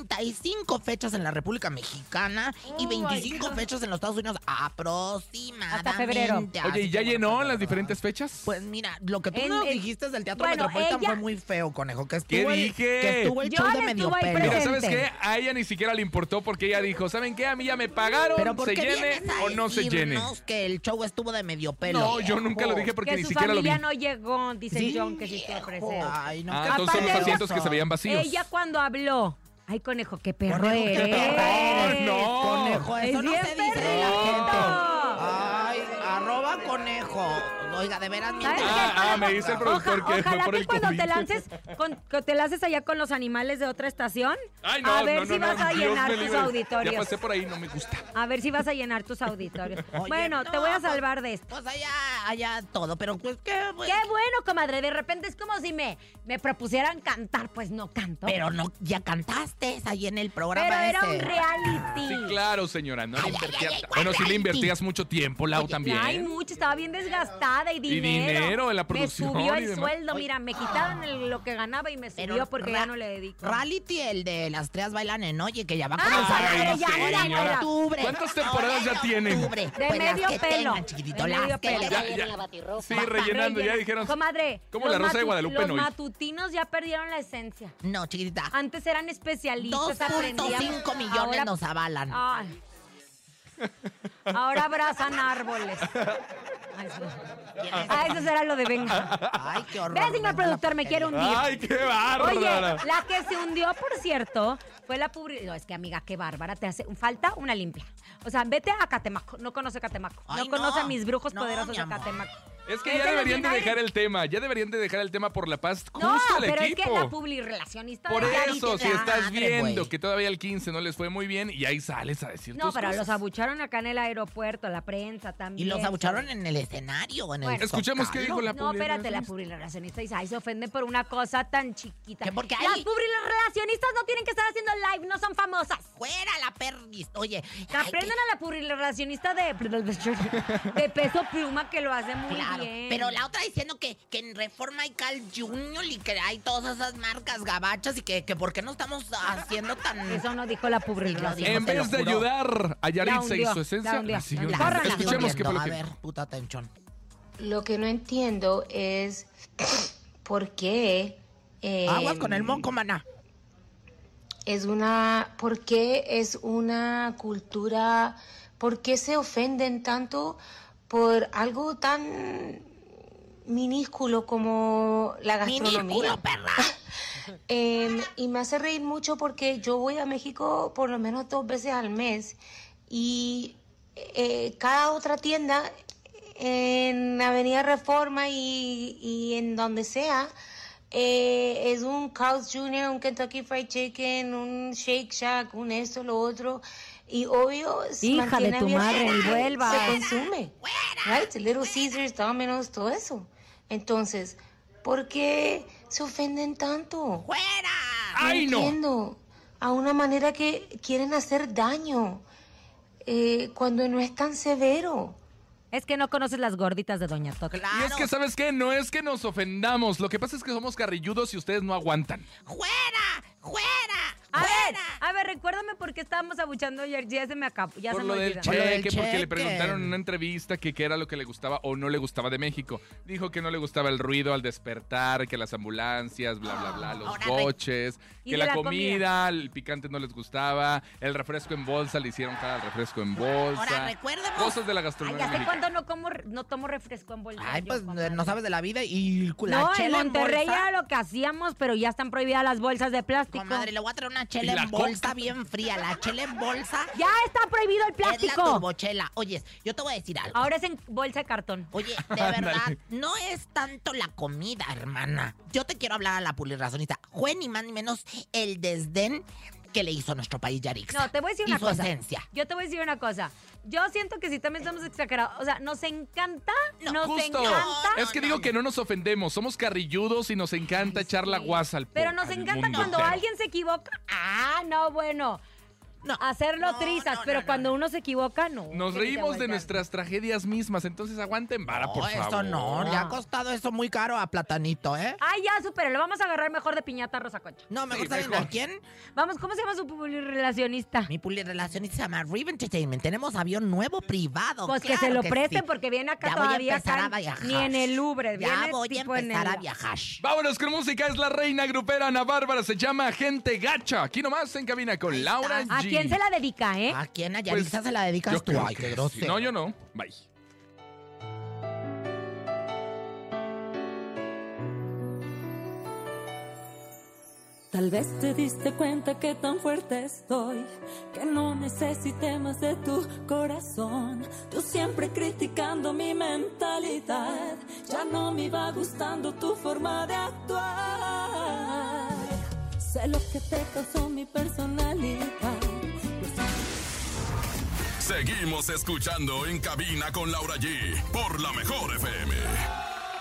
[SPEAKER 3] 35 fechas en la República Mexicana y
[SPEAKER 2] Oh,
[SPEAKER 3] 25
[SPEAKER 2] ay,
[SPEAKER 3] fechas en los Estados Unidos aproximadamente.
[SPEAKER 2] febrero.
[SPEAKER 4] Oye, ¿y ya
[SPEAKER 3] Así que,
[SPEAKER 4] llenó
[SPEAKER 3] bueno,
[SPEAKER 4] las diferentes fechas?
[SPEAKER 3] Pues mira, lo que que tú
[SPEAKER 2] En-
[SPEAKER 3] no
[SPEAKER 2] en-
[SPEAKER 3] dijiste del Teatro
[SPEAKER 2] bueno,
[SPEAKER 3] Metropolitan
[SPEAKER 2] ella-
[SPEAKER 3] fue muy feo, conejo. Que estuvo
[SPEAKER 4] ¿Qué
[SPEAKER 3] el-
[SPEAKER 4] dije?
[SPEAKER 3] Que estuvo el
[SPEAKER 2] Yo
[SPEAKER 3] show
[SPEAKER 2] le
[SPEAKER 3] de medio
[SPEAKER 2] estuve ahí
[SPEAKER 4] Mira,
[SPEAKER 3] pelo.
[SPEAKER 2] presente.
[SPEAKER 4] ¿sabes qué? A ella ni siquiera le importó porque ella dijo, ¿saben qué? A mí ya me pagaron,
[SPEAKER 3] Pero ¿por
[SPEAKER 4] se
[SPEAKER 3] qué
[SPEAKER 4] llene
[SPEAKER 3] vienes a
[SPEAKER 4] o no se llene.
[SPEAKER 3] decirnos que el show estuvo de medio pelo?
[SPEAKER 4] No, yo nunca lo dije porque
[SPEAKER 2] que
[SPEAKER 4] ni
[SPEAKER 2] su
[SPEAKER 4] siquiera lo vi.
[SPEAKER 2] familia no llegó, dice
[SPEAKER 3] Sí,
[SPEAKER 2] John, que sí estuvo
[SPEAKER 3] viejo.
[SPEAKER 2] presente.
[SPEAKER 3] Ay, no.
[SPEAKER 4] Ah,
[SPEAKER 3] qué
[SPEAKER 4] entonces son los
[SPEAKER 2] Aparte,
[SPEAKER 4] asientos que se veían vacíos.
[SPEAKER 2] Ella cuando habló, ay conejo, qué perro
[SPEAKER 3] Conejo, qué
[SPEAKER 2] eres.
[SPEAKER 3] perro
[SPEAKER 4] eres, no. ¿eh?
[SPEAKER 3] Conejo,
[SPEAKER 2] Es
[SPEAKER 3] eso no
[SPEAKER 2] bien
[SPEAKER 3] se dice de la
[SPEAKER 2] perrito.
[SPEAKER 3] gente.
[SPEAKER 4] Ah,
[SPEAKER 3] Ay, arroba conejo. Oiga, de veras, mi
[SPEAKER 2] ¿Sabes
[SPEAKER 4] Ah,
[SPEAKER 2] qué,
[SPEAKER 4] ah,
[SPEAKER 2] conejo?
[SPEAKER 4] me dice el productor
[SPEAKER 2] Oja-
[SPEAKER 4] que fue
[SPEAKER 2] ojalá
[SPEAKER 4] por
[SPEAKER 2] que
[SPEAKER 4] el
[SPEAKER 2] cuando
[SPEAKER 4] COVID.
[SPEAKER 2] te lances, con- que te lances allá con los animales de otra estación,
[SPEAKER 4] Ay, no,
[SPEAKER 2] a ver
[SPEAKER 4] no,
[SPEAKER 2] si
[SPEAKER 4] no,
[SPEAKER 2] vas
[SPEAKER 4] no,
[SPEAKER 2] a
[SPEAKER 4] Dios
[SPEAKER 2] llenar
[SPEAKER 4] me
[SPEAKER 2] tus
[SPEAKER 4] libre. Ya
[SPEAKER 2] auditorios.
[SPEAKER 4] pasé por ahí, no me gusta.
[SPEAKER 2] A ver si vas a llenar tus
[SPEAKER 4] [LAUGHS]
[SPEAKER 2] auditorios.
[SPEAKER 3] Oye,
[SPEAKER 2] bueno, te
[SPEAKER 3] no,
[SPEAKER 2] voy a
[SPEAKER 3] pues-
[SPEAKER 2] salvar de esto.
[SPEAKER 3] Pues allá, allá todo, pero pues qué. pues,
[SPEAKER 2] Qué bueno, comadre. De repente es como si me, me propusieran cantar, pues no canto.
[SPEAKER 3] Pero no, ya cantaste ahí en el programa
[SPEAKER 2] Pero era
[SPEAKER 3] ese.
[SPEAKER 2] un reality.
[SPEAKER 4] este. Sí, claro, señora. No le
[SPEAKER 3] Ay, ay,
[SPEAKER 4] invertías-
[SPEAKER 3] ay, ay,
[SPEAKER 4] bueno, sí le
[SPEAKER 3] ay,
[SPEAKER 4] invertías mucho tiempo, Lau, también.
[SPEAKER 2] Ay, mucho, estaba bien desgastada y dinero.
[SPEAKER 4] dinero en la producción
[SPEAKER 2] Me subió
[SPEAKER 4] y
[SPEAKER 2] el
[SPEAKER 4] demás.
[SPEAKER 2] sueldo, mira, me quitaron el- lo que ganaba y me
[SPEAKER 3] Pero
[SPEAKER 2] subió porque ya
[SPEAKER 3] ra-
[SPEAKER 2] no le dedico.
[SPEAKER 3] Reality, el de las tres bailan en Oye, que ya va a
[SPEAKER 2] Ah,
[SPEAKER 3] comenzar
[SPEAKER 2] ay,
[SPEAKER 3] ahora,
[SPEAKER 2] ya,
[SPEAKER 3] ahora en
[SPEAKER 2] señora.
[SPEAKER 3] octubre.
[SPEAKER 4] ¿Cuántas
[SPEAKER 3] Ahora
[SPEAKER 4] temporadas
[SPEAKER 3] en
[SPEAKER 4] ya tienen?
[SPEAKER 3] octubre.
[SPEAKER 2] De
[SPEAKER 3] Pues las
[SPEAKER 2] medio
[SPEAKER 3] que
[SPEAKER 2] pelo.
[SPEAKER 3] tengan, chiquitito,
[SPEAKER 2] De
[SPEAKER 3] las
[SPEAKER 2] medio
[SPEAKER 3] que
[SPEAKER 2] pelo.
[SPEAKER 3] tengan.
[SPEAKER 4] Ya, ya. Sí, rellenando, ya dijeron.
[SPEAKER 2] Comadre.
[SPEAKER 4] Como
[SPEAKER 2] los
[SPEAKER 4] la Rosa de
[SPEAKER 2] matu-
[SPEAKER 4] Guadalupe
[SPEAKER 2] Los
[SPEAKER 4] no hoy.
[SPEAKER 2] matutinos ya perdieron la esencia.
[SPEAKER 3] No, chiquitita.
[SPEAKER 2] Antes eran especialistas, aprendían.
[SPEAKER 3] 2.5 millones
[SPEAKER 2] ahora,
[SPEAKER 3] nos avalan.
[SPEAKER 2] Ay. Ahora abrazan árboles. Ay, sí. Ah, eso será lo de
[SPEAKER 4] Ah,
[SPEAKER 2] venga.
[SPEAKER 3] Ay, qué horror.
[SPEAKER 2] Ve, señor productor, me quiero hundir.
[SPEAKER 4] Ay, qué bárbaro.
[SPEAKER 2] Oye, la que se hundió, por cierto, fue la publicidad. No, es que amiga, qué bárbara. Te hace falta una limpia. O sea, vete a Catemaco. No conoce Catemaco.
[SPEAKER 3] Ay,
[SPEAKER 2] no
[SPEAKER 3] no.
[SPEAKER 2] conoce a mis brujos
[SPEAKER 3] No,
[SPEAKER 2] poderosos
[SPEAKER 3] mi
[SPEAKER 2] de
[SPEAKER 3] amor.
[SPEAKER 2] Catemaco.
[SPEAKER 4] Es que
[SPEAKER 2] Es
[SPEAKER 4] ya
[SPEAKER 2] de los
[SPEAKER 4] deberían de
[SPEAKER 2] finales.
[SPEAKER 4] dejar el tema, ya deberían de dejar el tema por la paz justo
[SPEAKER 2] No,
[SPEAKER 4] al
[SPEAKER 2] pero
[SPEAKER 4] equipo.
[SPEAKER 2] es que la publirelacionista
[SPEAKER 4] por
[SPEAKER 2] de
[SPEAKER 4] eso, si
[SPEAKER 2] Clarita-
[SPEAKER 4] estás
[SPEAKER 3] madre,
[SPEAKER 4] viendo
[SPEAKER 3] güey.
[SPEAKER 4] que todavía el 15 no les fue muy bien y ahí sales a decir
[SPEAKER 2] No,
[SPEAKER 4] tus
[SPEAKER 2] pero los
[SPEAKER 4] cosas.
[SPEAKER 2] abucharon acá en el aeropuerto, la prensa
[SPEAKER 3] Y
[SPEAKER 2] también.
[SPEAKER 3] los abucharon en el escenario, en el
[SPEAKER 2] Bueno.
[SPEAKER 4] Escuchemos qué
[SPEAKER 3] Zócalo.
[SPEAKER 4] dijo la
[SPEAKER 2] No, espérate, la
[SPEAKER 4] publirelacionista.
[SPEAKER 2] publirelacionista dice, ay, se ofenden por una cosa tan chiquita.
[SPEAKER 3] ¿Qué? Porque
[SPEAKER 2] Las
[SPEAKER 3] hay-
[SPEAKER 2] publirelacionistas no tienen que estar haciendo live, no son famosas.
[SPEAKER 3] Fuera la perris. Oye,
[SPEAKER 2] Que aprendan a la publirelacionista de, [LAUGHS] de peso pluma que lo hace muy
[SPEAKER 3] Claro,
[SPEAKER 2] bien.
[SPEAKER 3] pero la otra diciendo que, que en Reforma hay Cal Junior y que hay todas esas marcas gabachas y que, que por qué no estamos haciendo tan...
[SPEAKER 2] Eso no dijo la
[SPEAKER 3] Sí, lo
[SPEAKER 2] publirelacionista.
[SPEAKER 4] En
[SPEAKER 3] dijo, te
[SPEAKER 4] vez de
[SPEAKER 3] lo juro.
[SPEAKER 4] ayudar a Yaritza y
[SPEAKER 2] hundió,
[SPEAKER 4] su
[SPEAKER 2] la
[SPEAKER 4] esencia,
[SPEAKER 2] hundió,
[SPEAKER 4] la
[SPEAKER 2] la
[SPEAKER 4] siguió
[SPEAKER 2] hundió.
[SPEAKER 4] hundiendo.
[SPEAKER 2] Córranla,
[SPEAKER 4] Escuchemos qué fue lo
[SPEAKER 3] A
[SPEAKER 4] que
[SPEAKER 3] ver, puta atención.
[SPEAKER 7] Lo que no entiendo es [CLEARS THROAT] por qué eh,
[SPEAKER 3] Aguas con
[SPEAKER 2] Em,
[SPEAKER 3] el moco, maná.
[SPEAKER 7] es una por qué es una cultura por qué se ofenden tanto por algo tan minúsculo como la gastronomía.
[SPEAKER 3] Minículo,
[SPEAKER 2] [LAUGHS]
[SPEAKER 3] perra.
[SPEAKER 7] Eh, y me hace reír mucho porque yo voy a México por lo menos dos veces al mes y eh, cada otra tienda en Avenida Reforma y, y en donde sea eh, es un Carl's Jr., un Kentucky Fried Chicken, un Shake Shack, un esto, lo otro. Y obvio, se
[SPEAKER 2] Hija de
[SPEAKER 7] mantiene
[SPEAKER 2] tu
[SPEAKER 7] abierto.
[SPEAKER 2] madre, y vuelvas.
[SPEAKER 7] Se consume. Right? Little Caesars, Domino's, todo eso. Entonces, ¿por qué se ofenden tanto?
[SPEAKER 3] ¡Fuera!
[SPEAKER 4] ¡Ay, no!
[SPEAKER 7] entiendo. A una manera que quieren hacer daño. eh, cuando no es tan severo.
[SPEAKER 2] Es que no conoces las gorditas de Doña Toca.
[SPEAKER 3] Claro.
[SPEAKER 4] Y es que, ¿sabes qué? No es que nos ofendamos. Lo que pasa es que somos carrilludos y ustedes no aguantan.
[SPEAKER 3] ¡Fuera! ¡Fuera!
[SPEAKER 2] A ver,
[SPEAKER 3] ¡Fuera!
[SPEAKER 2] a ver, recuérdame por qué estábamos abuchando ayer. Ya se me acabó, ya
[SPEAKER 4] por
[SPEAKER 2] se
[SPEAKER 4] lo
[SPEAKER 2] me
[SPEAKER 4] del
[SPEAKER 2] olvidó.
[SPEAKER 3] Por lo del
[SPEAKER 4] cheque, porque le
[SPEAKER 3] cheque.
[SPEAKER 4] preguntaron en una entrevista que qué era lo que le gustaba o no le gustaba de México. Dijo que no le gustaba el ruido al despertar, que las ambulancias, bla, bla, bla, los
[SPEAKER 3] ahora re-
[SPEAKER 4] coches,
[SPEAKER 2] Ah, Y
[SPEAKER 4] que
[SPEAKER 2] de
[SPEAKER 4] la,
[SPEAKER 2] la
[SPEAKER 4] comida,
[SPEAKER 2] comida.
[SPEAKER 4] el picante no les gustaba, el refresco en bolsa, le hicieron cara al refresco en bolsa.
[SPEAKER 3] Ahora, recuérdemos-
[SPEAKER 4] Cosas de la
[SPEAKER 2] Ay,
[SPEAKER 4] gastronomía
[SPEAKER 2] ya sé
[SPEAKER 4] mexicana.
[SPEAKER 2] cuándo no, como, no tomo refresco en bolsa.
[SPEAKER 3] Ay,
[SPEAKER 2] yo,
[SPEAKER 3] pues
[SPEAKER 2] comadre.
[SPEAKER 3] no sabes de la vida y la
[SPEAKER 2] No, en
[SPEAKER 3] chela en
[SPEAKER 2] Monterrey
[SPEAKER 3] bolsa.
[SPEAKER 2] era lo que hacíamos, pero ya están prohibidas las bolsas de plástico.
[SPEAKER 3] Comadre, le voy a traer una
[SPEAKER 4] Y
[SPEAKER 3] chela
[SPEAKER 4] la
[SPEAKER 3] en bolsa
[SPEAKER 4] coca.
[SPEAKER 3] bien fría. La chela en bolsa
[SPEAKER 2] Ya está prohibido el
[SPEAKER 3] es la
[SPEAKER 2] plástico.
[SPEAKER 3] turbochela. Oyes, yo te voy a decir algo.
[SPEAKER 2] Ahora es en bolsa de cartón.
[SPEAKER 3] Oye,
[SPEAKER 4] [LAUGHS]
[SPEAKER 3] de verdad, no es tanto la comida, hermana. Yo te quiero hablar a la pulirrazonista. Fue ni más ni menos el desdén que le hizo a nuestro país Yarix.
[SPEAKER 2] No, te voy a decir
[SPEAKER 3] Y
[SPEAKER 2] una
[SPEAKER 3] su
[SPEAKER 2] cosa.
[SPEAKER 3] esencia.
[SPEAKER 2] Yo te voy a decir una cosa. Yo siento que sí también estamos exagerados. O sea, nos encanta,
[SPEAKER 3] No,
[SPEAKER 2] nos
[SPEAKER 4] Justo.
[SPEAKER 2] encanta.
[SPEAKER 4] es que digo que no nos ofendemos. Somos carrilludos y nos encanta echar la guasa al po-
[SPEAKER 2] Pero nos
[SPEAKER 4] al
[SPEAKER 2] encanta
[SPEAKER 4] mundo
[SPEAKER 2] cuando
[SPEAKER 4] entero.
[SPEAKER 2] alguien se equivoca. Ah, no, bueno.
[SPEAKER 3] No.
[SPEAKER 2] Hacerlo
[SPEAKER 3] No,
[SPEAKER 2] trizas,
[SPEAKER 3] no,
[SPEAKER 2] pero
[SPEAKER 3] no,
[SPEAKER 2] cuando
[SPEAKER 3] no.
[SPEAKER 2] uno se equivoca, no. tiene
[SPEAKER 4] Nos
[SPEAKER 2] que
[SPEAKER 4] reímos de
[SPEAKER 2] aguantar.
[SPEAKER 4] nuestras tragedias mismas, entonces aguanten vara,
[SPEAKER 3] No,
[SPEAKER 4] por favor.
[SPEAKER 3] eso no, le ha
[SPEAKER 2] No.
[SPEAKER 3] costado eso muy caro a Platanito, ¿eh?
[SPEAKER 2] Ay, ya, supera, lo vamos a agarrar mejor de piñata Rosa Concha.
[SPEAKER 3] No, mejor
[SPEAKER 4] Sí,
[SPEAKER 3] saben
[SPEAKER 4] mejor.
[SPEAKER 3] a quién.
[SPEAKER 2] Vamos, ¿cómo se llama su relacionista?
[SPEAKER 3] Mi puli relacionista se llama Riven Entertainment. Tenemos avión nuevo privado.
[SPEAKER 2] Pues que se
[SPEAKER 3] Oh, claro
[SPEAKER 2] lo
[SPEAKER 3] sí.
[SPEAKER 2] presten porque viene acá
[SPEAKER 3] Ya voy a
[SPEAKER 2] todavía
[SPEAKER 3] empezar
[SPEAKER 2] acá
[SPEAKER 3] a viajar.
[SPEAKER 2] ni en el Louvre,
[SPEAKER 3] Ya
[SPEAKER 2] viene
[SPEAKER 3] voy a
[SPEAKER 2] tipo en
[SPEAKER 3] empezar
[SPEAKER 2] el-
[SPEAKER 3] a viajar.
[SPEAKER 4] Vámonos con música, es la reina grupera Ana Bárbara, se llama Gente Gacha. Aquí nomás en cabina con Laura G.
[SPEAKER 2] ¿A quién se la dedica, eh?
[SPEAKER 3] ¿A quién a
[SPEAKER 4] Pues,
[SPEAKER 3] Yaritza se la dedicas
[SPEAKER 4] Yo
[SPEAKER 3] tú?
[SPEAKER 4] creo
[SPEAKER 3] Ay,
[SPEAKER 4] que
[SPEAKER 3] qué
[SPEAKER 4] sí.
[SPEAKER 3] grosero.
[SPEAKER 4] No, yo no. Bye.
[SPEAKER 5] Tal vez te diste cuenta que tan fuerte estoy, que no necesité más de tu corazón. Tú siempre criticando mi mentalidad, ya no me iba gustando tu forma de actuar. Sé lo que te causó mi personalidad.
[SPEAKER 1] Seguimos escuchando en cabina con Laura G por la mejor FM.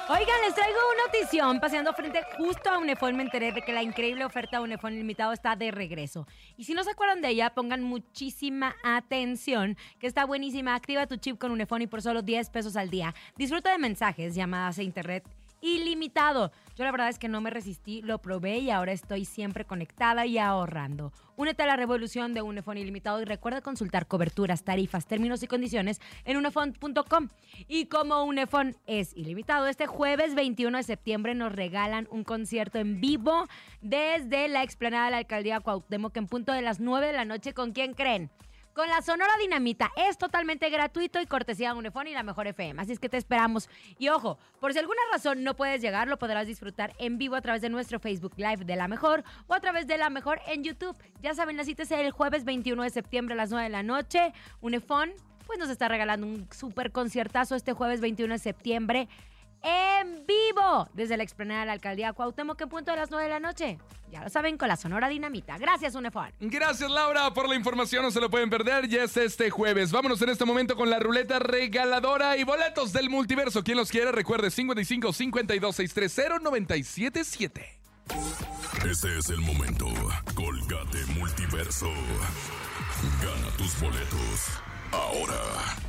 [SPEAKER 2] Oigan, les traigo una notición. Paseando frente justo a Unifón me enteré de que la increíble oferta de Unifón Limitado está de regreso. Y si no se acuerdan de ella, pongan muchísima atención, que está buenísima. Activa tu chip con Unifón y por solo 10 pesos al día. Disfruta de mensajes, llamadas e internet ilimitado. Yo la verdad es que no me resistí, lo probé y ahora estoy siempre conectada y ahorrando. Únete a la revolución de Unifón Ilimitado y recuerda consultar coberturas, tarifas, términos y condiciones en unifón.com. Y como Unifón es ilimitado, este jueves 21 de septiembre nos regalan un concierto en vivo desde la explanada de la alcaldía Cuauhtémoc en punto de las 9 de la noche. ¿Con quién creen? Con la Sonora Dinamita. Es totalmente gratuito y cortesía de Unifón y la mejor FM. Así es que te esperamos. Y ojo, por si alguna razón no puedes llegar, lo podrás disfrutar en vivo a través de nuestro Facebook Live de la mejor o a través de la mejor en YouTube. Ya saben, la cita es el jueves 21 de septiembre a las 9 de la noche. Unifón, pues nos está regalando un súper conciertazo este jueves 21 de septiembre. En vivo, desde la explanada de la alcaldía Cuauhtémoc en punto de las 9 de la noche. Ya lo saben, con la Sonora Dinamita. Gracias, Unifón.
[SPEAKER 4] Gracias Laura por la información, no se lo pueden perder, ya es este jueves. Vámonos en este momento con la ruleta regaladora y boletos del multiverso. Quien los quiere, recuerde 55 52 630 977.
[SPEAKER 1] Este es el momento. Colgate Multiverso. Gana tus boletos. Ahora.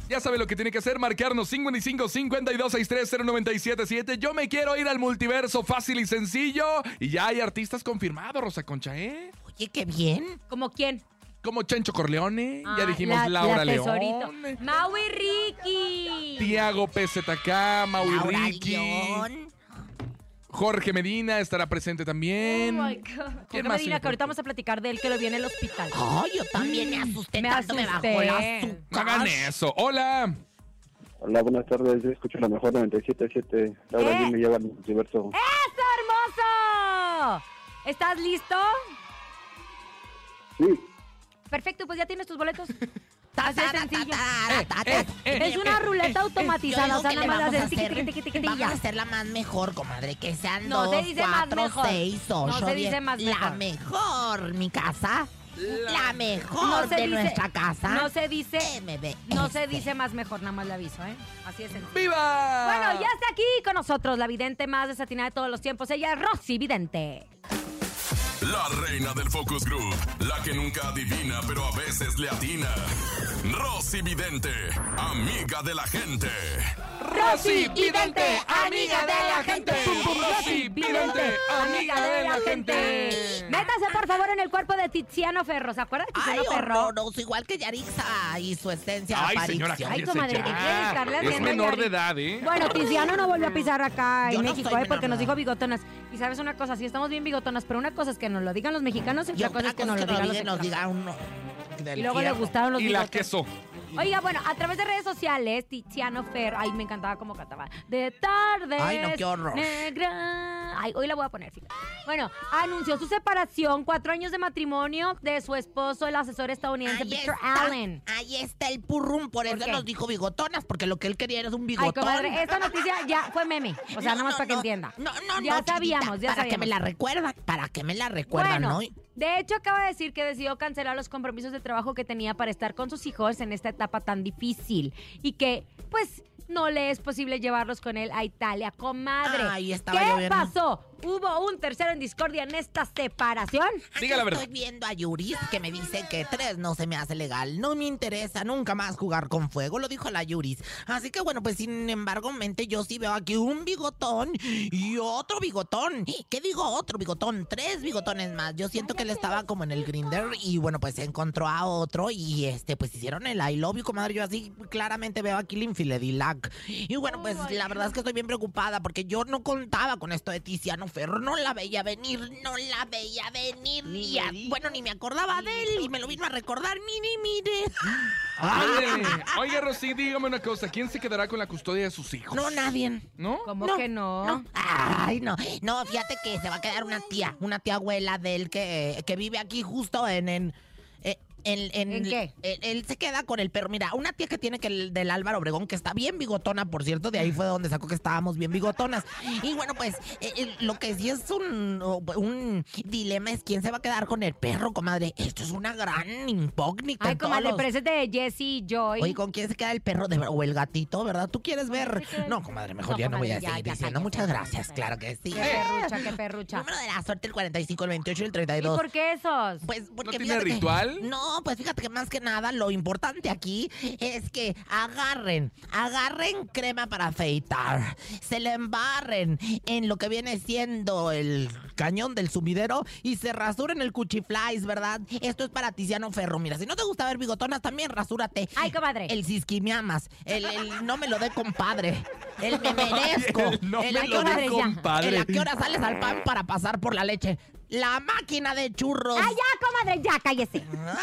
[SPEAKER 4] Ya sabe lo que tiene que hacer, marcarnos 55 52 630 977. Yo me quiero ir al multiverso fácil y sencillo. Y ya hay artistas confirmados, Rosa Concha, ¿eh?
[SPEAKER 3] Oye, qué bien.
[SPEAKER 2] ¿Como quién?
[SPEAKER 4] Como Chencho Corleone,
[SPEAKER 2] Ah,
[SPEAKER 4] ya dijimos
[SPEAKER 2] la-
[SPEAKER 4] Laura
[SPEAKER 2] la tesorito.
[SPEAKER 4] León,
[SPEAKER 2] Maui Ricky.
[SPEAKER 4] Tiago PZK, Maui
[SPEAKER 3] Laura
[SPEAKER 4] Ricky,
[SPEAKER 3] Guión.
[SPEAKER 4] Jorge Medina estará presente también.
[SPEAKER 2] Oh my God.
[SPEAKER 4] ¿Quién
[SPEAKER 2] Jorge
[SPEAKER 4] más
[SPEAKER 2] Medina,
[SPEAKER 4] Oh. se
[SPEAKER 2] que ahorita
[SPEAKER 4] encuentra?
[SPEAKER 2] vamos a platicar de él que lo vi en el hospital.
[SPEAKER 3] Ay, yo también me asusté
[SPEAKER 2] Me
[SPEAKER 3] tanto, me
[SPEAKER 2] asusté.
[SPEAKER 3] bajó el azúcar.
[SPEAKER 4] No hagan eso. Hola.
[SPEAKER 6] Hola, buenas tardes. Yo escucho la mejor 97.7. Laura
[SPEAKER 2] Eh.
[SPEAKER 6] G me lleva al multiverso.
[SPEAKER 3] ¿Eh?
[SPEAKER 2] ¡Eso, hermoso! ¿Estás listo?
[SPEAKER 6] Sí,
[SPEAKER 2] Perfecto, pues ya tienes tus
[SPEAKER 4] [LAUGHS]
[SPEAKER 2] boletos.
[SPEAKER 3] Ta,
[SPEAKER 2] Así de
[SPEAKER 3] ta, ta,
[SPEAKER 2] sencillo.
[SPEAKER 3] ta, ta, ta, ta.
[SPEAKER 2] es una ruleta
[SPEAKER 3] Yo
[SPEAKER 2] automatizada,
[SPEAKER 3] digo
[SPEAKER 2] o sea,
[SPEAKER 3] que
[SPEAKER 2] nada
[SPEAKER 3] le
[SPEAKER 2] más
[SPEAKER 3] vamos a
[SPEAKER 2] haces tiqui,
[SPEAKER 3] hacer-
[SPEAKER 2] tiqui, tiqui, tiqui, tiqui,
[SPEAKER 3] Vamos a
[SPEAKER 2] ya.
[SPEAKER 3] hacerla más mejor, comadre. Que sean
[SPEAKER 2] No
[SPEAKER 3] dos,
[SPEAKER 2] se dice más
[SPEAKER 3] cuatro,
[SPEAKER 2] mejor.
[SPEAKER 3] seis,
[SPEAKER 2] No
[SPEAKER 3] ocho,
[SPEAKER 2] se dice
[SPEAKER 3] diez.
[SPEAKER 2] más
[SPEAKER 3] La
[SPEAKER 2] mejor.
[SPEAKER 3] mejor, mi casa. La mejor de nuestra casa.
[SPEAKER 2] No se dice.
[SPEAKER 3] MBS.
[SPEAKER 2] No se dice más mejor, nada más le aviso, ¿eh? Así es sencillo.
[SPEAKER 4] ¡Viva!
[SPEAKER 2] Bueno, ya está aquí con nosotros la vidente más desatinada de todos los tiempos. Ella es Rosy Vidente.
[SPEAKER 1] La reina del Focus Group. La que nunca adivina, pero a veces le atina. Rosy Vidente. Amiga de la gente.
[SPEAKER 2] Rosy Vidente, amiga de la gente.
[SPEAKER 4] Rosy Vidente, amiga de la gente.
[SPEAKER 2] Métase, por favor, en el cuerpo de Tiziano Ferro. ¿Se acuerda de
[SPEAKER 3] Ay, oh,
[SPEAKER 2] Tiziano Ferro?
[SPEAKER 3] horroroso, igual que Yaritza y su esencia de
[SPEAKER 4] Ay,
[SPEAKER 3] aparición.
[SPEAKER 4] señora,
[SPEAKER 2] Ay,
[SPEAKER 4] cállese
[SPEAKER 2] comadre,
[SPEAKER 4] ya.
[SPEAKER 2] ¿qué quieres estarle
[SPEAKER 4] Es
[SPEAKER 2] haciendo
[SPEAKER 4] menor
[SPEAKER 2] ahí?
[SPEAKER 4] de edad, ¿eh?
[SPEAKER 2] Bueno, Tiziano no volvió a pisar acá
[SPEAKER 3] Mm. Yo
[SPEAKER 2] en
[SPEAKER 3] no
[SPEAKER 2] México,
[SPEAKER 3] soy
[SPEAKER 2] ¿eh? Porque
[SPEAKER 3] menor
[SPEAKER 2] nos
[SPEAKER 3] de
[SPEAKER 2] dijo
[SPEAKER 3] edad.
[SPEAKER 2] bigotonas. Y sabes una cosa, sí estamos bien bigotonas, pero una cosa es que nos lo digan los mexicanos y
[SPEAKER 3] Y
[SPEAKER 2] otra
[SPEAKER 3] otra
[SPEAKER 2] cosa es que nos lo digan los
[SPEAKER 3] nos
[SPEAKER 2] extranjeros.
[SPEAKER 3] diga uno. del
[SPEAKER 2] Y luego le
[SPEAKER 3] fierro.
[SPEAKER 2] gustaron los
[SPEAKER 4] y la
[SPEAKER 2] bigotes.
[SPEAKER 4] queso.
[SPEAKER 2] Oiga, bueno, a través de redes sociales, Tiziano Ferro. Ay, me encantaba cómo cantaba. De tarde.
[SPEAKER 3] Ay, no, qué horror.
[SPEAKER 2] Negra. Ay, hoy la voy a poner, fíjate. Bueno, anunció su separación, cuatro años de matrimonio de su esposo, el asesor estadounidense
[SPEAKER 3] Ahí
[SPEAKER 2] Victor
[SPEAKER 3] está,
[SPEAKER 2] Allen.
[SPEAKER 3] Ahí está el purrum, por eso
[SPEAKER 2] qué?
[SPEAKER 3] nos dijo bigotonas, porque lo que él quería era un
[SPEAKER 2] Ay,
[SPEAKER 3] bigotón.
[SPEAKER 2] comadre, esta noticia ya fue meme. O sea, nada más para que entienda.
[SPEAKER 3] No, no, no.
[SPEAKER 2] Ya
[SPEAKER 3] chiquita,
[SPEAKER 2] sabíamos, ya
[SPEAKER 3] Para que
[SPEAKER 2] sabíamos.
[SPEAKER 3] me la recuerdan, para que me la recuerdan
[SPEAKER 2] bueno,
[SPEAKER 3] hoy.
[SPEAKER 2] de hecho acaba de decir que decidió cancelar los compromisos de trabajo que tenía para estar con sus hijos en esta etapa tan difícil y que, pues, no le es posible llevarlos con él a Italia, comadre.
[SPEAKER 3] Ay, estaba
[SPEAKER 2] ¿Qué
[SPEAKER 3] lloviendo.
[SPEAKER 2] pasó? hubo un tercero en discordia en esta separación.
[SPEAKER 3] Aquí
[SPEAKER 4] Diga la verdad.
[SPEAKER 3] Estoy viendo a Yuris que me dice que tres no se me hace legal. No me interesa nunca más jugar con fuego, lo dijo la Yuris. Así que bueno, pues sin embargo, mente, yo sí veo aquí un bigotón y otro bigotón. ¿Qué digo otro bigotón? Tres bigotones más. Yo siento que él estaba como en el grinder y bueno, pues encontró a otro y este, pues hicieron el I love you, comadre. Yo así claramente veo aquí el infidelilac. Y bueno, pues la verdad es que estoy bien preocupada porque yo no contaba con esto de Tiziano Ferro. No la veía venir, no la veía venir. y a- bueno, ni me acordaba de él y me lo vino a recordar. Mire, mire.
[SPEAKER 2] Ah.
[SPEAKER 3] Ah,
[SPEAKER 4] Ándele. Oiga, Rosy, dígame una cosa. ¿Quién se quedará con la custodia de sus hijos?
[SPEAKER 3] No, nadie.
[SPEAKER 4] ¿No?
[SPEAKER 2] ¿Cómo
[SPEAKER 3] No,
[SPEAKER 2] que no?
[SPEAKER 3] No, ay, no. No, fíjate que se va a quedar una tía, una tía abuela de él que, que vive aquí justo en. en, en en- en-
[SPEAKER 2] ¿En qué?
[SPEAKER 3] Él, él se queda con el perro. Mira, una tía que tiene que el, del Álvaro Obregón, que está bien bigotona, por cierto, de ahí fue donde sacó que estábamos bien bigotonas. Y bueno, pues eh, eh, lo que sí es un, un dilema es quién se va a quedar con el perro, comadre. Esto es una gran incógnita.
[SPEAKER 2] Ay,
[SPEAKER 3] en todos
[SPEAKER 2] comadre,
[SPEAKER 3] los-
[SPEAKER 2] pero ese es de Jesse Joy.
[SPEAKER 3] Oye, ¿con quién se queda el perro de- o el gatito, verdad? ¿Tú quieres ver?
[SPEAKER 2] se queda el-
[SPEAKER 3] No, comadre, mejor
[SPEAKER 2] No,
[SPEAKER 3] ya no voy a
[SPEAKER 2] comadre, ya,
[SPEAKER 3] seguir
[SPEAKER 2] ya,
[SPEAKER 3] diciendo.
[SPEAKER 2] cállate,
[SPEAKER 3] Muchas
[SPEAKER 2] cállate,
[SPEAKER 3] gracias,
[SPEAKER 2] cállate.
[SPEAKER 3] claro que sí.
[SPEAKER 2] Qué perrucha, qué perrucha.
[SPEAKER 3] Número de la suerte, el 45, el 28 y el
[SPEAKER 2] ¿Y
[SPEAKER 3] 32.
[SPEAKER 2] por qué esos?
[SPEAKER 3] Pues, porque
[SPEAKER 4] tiene
[SPEAKER 3] fíjate que-
[SPEAKER 4] ritual?
[SPEAKER 3] no, pues fíjate que más que nada lo importante aquí es que agarren, agarren crema para afeitar, se la embarren en lo que viene siendo el cañón del sumidero y se rasuren el cuchiflais, ¿verdad? Esto es para Tiziano Ferro. Mira, si no te gusta ver bigotonas, también rasúrate.
[SPEAKER 2] Ay, comadre.
[SPEAKER 3] El sisquimiamas, el, el no me lo dé compadre, el me merezco,
[SPEAKER 4] Ay, el no me
[SPEAKER 3] ¿a qué
[SPEAKER 4] lo
[SPEAKER 3] hora-
[SPEAKER 4] dé compadre.
[SPEAKER 3] el a qué hora sales al pan para pasar por la leche, la máquina de churros.
[SPEAKER 2] ¡Ay, ya, comadre! ¡Ya, cállese!
[SPEAKER 3] Ah.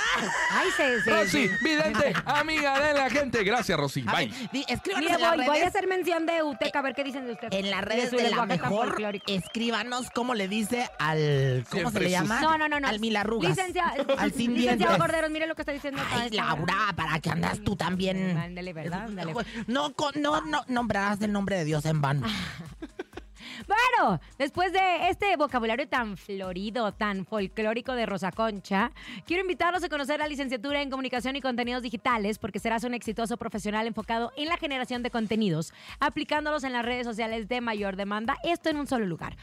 [SPEAKER 2] ¡Ay, se... se-
[SPEAKER 4] Rosy,
[SPEAKER 2] se- [LAUGHS]
[SPEAKER 4] vidente, amiga de la gente. Gracias, Rosy.
[SPEAKER 3] A
[SPEAKER 4] Bye.
[SPEAKER 3] ver, di- escríbanos
[SPEAKER 2] Mire,
[SPEAKER 3] en las
[SPEAKER 2] voy, voy a
[SPEAKER 3] redes.
[SPEAKER 2] hacer mención de Uteca, a ver qué dicen de usted.
[SPEAKER 3] En las
[SPEAKER 2] Y
[SPEAKER 3] redes
[SPEAKER 2] su
[SPEAKER 3] de la
[SPEAKER 2] lenguaje tan
[SPEAKER 3] mejor,
[SPEAKER 2] folclórico.
[SPEAKER 3] escríbanos cómo le dice al. ¿Cómo
[SPEAKER 4] Siempre
[SPEAKER 3] se le
[SPEAKER 4] sus-
[SPEAKER 3] llama?
[SPEAKER 2] No, no, no, no.
[SPEAKER 3] Al milarrugas.
[SPEAKER 2] Licencia-
[SPEAKER 3] [LAUGHS] al sin
[SPEAKER 2] Licenciado
[SPEAKER 3] dientes.
[SPEAKER 2] Corderos, mire lo que está diciendo acá
[SPEAKER 3] Ay,
[SPEAKER 2] esta-
[SPEAKER 3] Laura, para que andas tú también.
[SPEAKER 2] Ándale, ¿verdad? Ándale.
[SPEAKER 3] No, con- no, no nombrarás el nombre de Dios en vano.
[SPEAKER 2] Bueno, después de este vocabulario tan florido, tan folclórico de Rosa Concha, quiero invitarlos a conocer la licenciatura en Comunicación y Contenidos Digitales porque serás un exitoso profesional enfocado en la generación de contenidos, aplicándolos en las redes sociales de mayor demanda, esto en un solo lugar.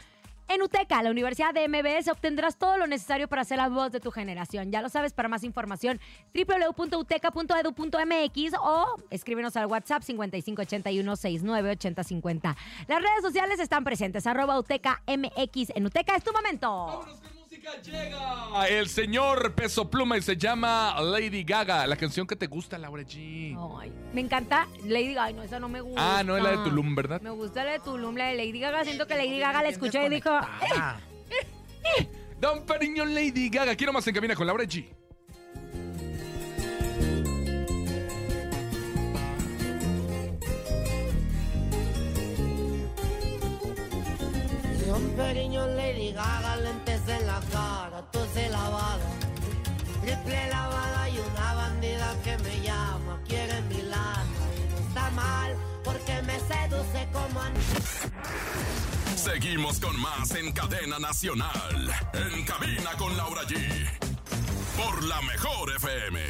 [SPEAKER 2] En UTECA, la Universidad de MBS, obtendrás todo lo necesario para ser la voz de tu generación. Ya lo sabes, para más información, www.uteca.edu.mx o escríbenos al WhatsApp 5581-698050. Las redes sociales están presentes, arroba UTECA MX. En UTECA es tu momento.
[SPEAKER 4] Vámonos con música, llega El señor Peso Pluma y se llama Lady Gaga. La canción que te gusta, Laura G.
[SPEAKER 2] Ay, me encanta Lady Gaga. Ay, no, esa no Oh, me gusta.
[SPEAKER 4] Ah, no, es la de Tulum, ¿verdad?
[SPEAKER 2] Me gusta la de Tulum, la de Lady Gaga. Siento que Lady Gaga la escuchó y dijo... "Eh,
[SPEAKER 3] Ah,
[SPEAKER 4] Don Periñón, Lady Gaga. Quiero más en cabina con Laura G.
[SPEAKER 9] Don Periño, Lady Gaga, lentes en la cara, se lavada, triple lavada y una bandida que me llama, quiere mi lana y no está mal porque me seduce como a
[SPEAKER 1] Seguimos con más en Cadena Nacional. En cabina con Laura G. Por la mejor FM.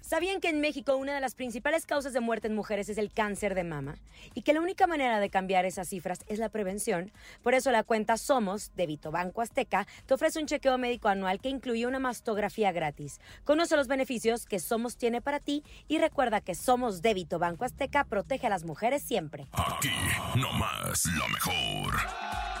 [SPEAKER 10] ¿Sabían que en México una de las principales causas de muerte en mujeres es el cáncer de mama? Y que la única manera de cambiar esas cifras es la prevención. Por eso la cuenta Somos, de Vitobanco Azteca, te ofrece un chequeo médico anual que incluye una mastografía gratis. Conoce los beneficios que Somos tiene para ti y recuerda que Somos de Vitobanco Azteca protege a las mujeres siempre.
[SPEAKER 1] Aquí no más. La mejor.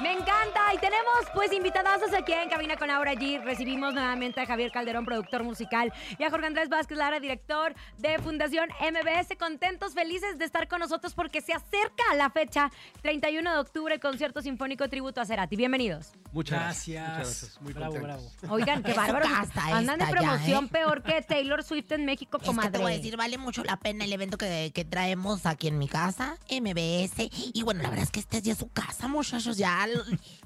[SPEAKER 2] Me encanta. Y tenemos pues invitadazos aquí en Cabina con Laura G. Recibimos nuevamente a Javier Calderón, productor musical, y a Jorge Andrés Vázquez Lara, director de Fundación MBS. Contentos, felices de estar con nosotros porque se acerca la fecha 31 de octubre, el concierto sinfónico tributo a Cerati. Bienvenidos.
[SPEAKER 11] Muchas gracias. Muy bravo, bravo.
[SPEAKER 3] [LAUGHS]
[SPEAKER 2] Oigan, qué
[SPEAKER 3] Es su
[SPEAKER 2] bárbaros.
[SPEAKER 3] casa
[SPEAKER 2] Andan de
[SPEAKER 3] esta ya,
[SPEAKER 2] promoción
[SPEAKER 3] ¿eh?
[SPEAKER 2] peor que Taylor Swift en México,
[SPEAKER 3] es que
[SPEAKER 2] comadre.
[SPEAKER 3] te voy a decir, vale mucho la pena el evento que, que traemos aquí en mi casa, MBS. Y bueno, la verdad es que esta es ya su casa, muchachos. Ya. lo-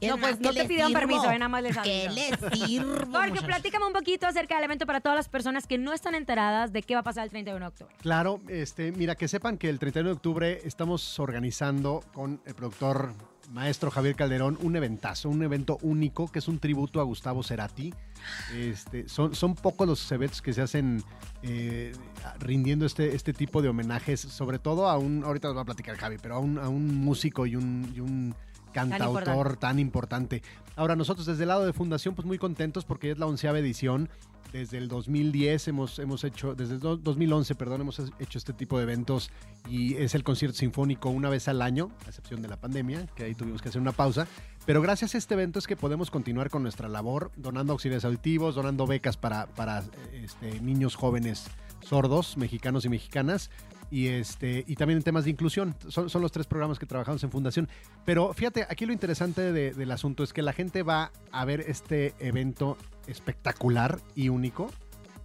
[SPEAKER 3] es
[SPEAKER 2] No,
[SPEAKER 3] más,
[SPEAKER 2] pues, no te
[SPEAKER 3] ¿qué les
[SPEAKER 2] pidieron
[SPEAKER 3] sirvo?
[SPEAKER 2] permiso, eh, nada más les
[SPEAKER 3] Que
[SPEAKER 2] aviso.
[SPEAKER 3] les sirvo.
[SPEAKER 2] Jorge,
[SPEAKER 3] muchachos?
[SPEAKER 2] platícame un poquito acerca del evento para todas las personas que no están enteradas de qué va a pasar el 31 de octubre.
[SPEAKER 11] Claro, este, mira, que sepan que el 31 de octubre estamos organizando con el productor maestro Javier Calderón un eventazo, un evento único que es un tributo a Gustavo Cerati. Este, son, son pocos los eventos que se hacen eh, rindiendo este, este tipo de homenajes, sobre todo a un, ahorita lo va a platicar Javi, pero a un, a un músico y un, y un cantautor tan
[SPEAKER 10] importante.
[SPEAKER 11] importante. Ahora, nosotros desde el lado de Fundación, pues muy contentos porque es la onceava edición. Desde el 2010 hemos, hemos hecho, desde el do- 2011, perdón, hemos hecho este tipo de eventos y es el concierto sinfónico una vez al año, a excepción de la pandemia, que ahí tuvimos que hacer una pausa. Pero gracias a este evento es que podemos continuar con nuestra labor, donando auxiliares auditivos, donando becas para, para eh, este, niños jóvenes sordos, mexicanos y mexicanas. Y, este, y también en temas de inclusión. Son, son los tres programas que trabajamos en Fundación. Pero fíjate, aquí lo interesante de- del asunto es que la gente va a ver este evento espectacular y único.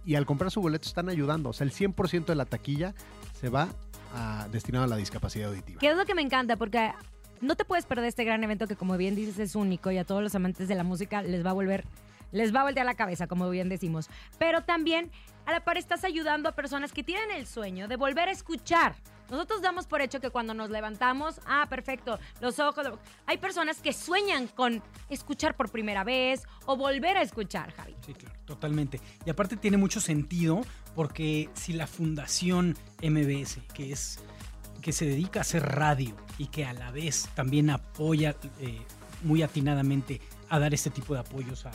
[SPEAKER 11] Y al comprar su boleto están ayudando. O sea, el 100% de la taquilla se va a, destinado a la discapacidad auditiva.
[SPEAKER 2] Que es lo que me encanta, porque no te puedes perder este gran evento que, como bien dices, es único y a todos los amantes de la música les va a volver, les va a voltear la cabeza, como bien decimos. Pero también, a la par, estás ayudando a personas que tienen el sueño de volver a escuchar. Nosotros damos por hecho que cuando nos levantamos, ah, perfecto, los ojos. lo- Hay personas que sueñan con escuchar por primera vez o volver a escuchar, Javi.
[SPEAKER 12] Sí, claro, totalmente. Y aparte tiene mucho sentido porque si la Fundación MBS, que es que se dedica a hacer radio y que a la vez también apoya eh, muy atinadamente a dar este tipo de apoyos a, a-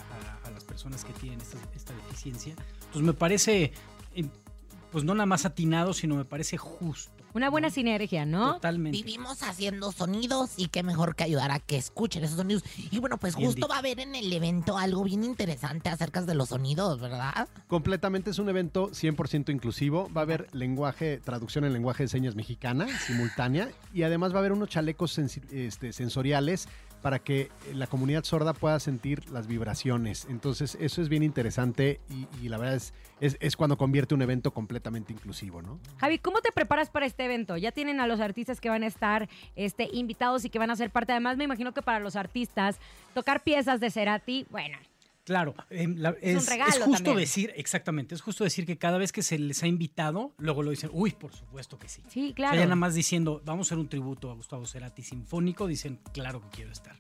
[SPEAKER 12] a las personas que tienen esta, esta deficiencia, pues me parece, eh, pues no nada más atinado, sino me parece justo.
[SPEAKER 2] Una buena sinergia, ¿no?
[SPEAKER 12] Totalmente.
[SPEAKER 3] Vivimos haciendo sonidos y qué mejor que ayudar a que escuchen esos sonidos. Y bueno, pues
[SPEAKER 11] Bien
[SPEAKER 3] justo
[SPEAKER 11] dicho.
[SPEAKER 3] va a haber en el evento algo bien interesante acerca de los sonidos, ¿verdad?
[SPEAKER 11] Completamente es un evento 100% inclusivo. Va a haber lenguaje, traducción en lenguaje de señas mexicana, simultánea, y además va a haber unos chalecos sensi- este, sensoriales para que la comunidad sorda pueda sentir las vibraciones. Entonces, eso es bien interesante y, y la verdad es, es, es cuando convierte un evento completamente inclusivo, ¿no?
[SPEAKER 2] Javi, ¿cómo te preparas para este evento? Ya tienen a los artistas que van a estar este, invitados y que van a ser parte. Además, me imagino que para los artistas, tocar piezas de Cerati, bueno,
[SPEAKER 12] Claro, em, la- es, es
[SPEAKER 2] regalo
[SPEAKER 12] justo
[SPEAKER 2] también.
[SPEAKER 12] decir, exactamente, es justo decir que cada vez que se les ha invitado, luego lo dicen, uy, por supuesto que sí.
[SPEAKER 2] sí,
[SPEAKER 12] O sea,
[SPEAKER 2] claro.
[SPEAKER 12] ya nada más diciendo, vamos a hacer un tributo a Gustavo Cerati sinfónico, dicen, claro que quiero estar.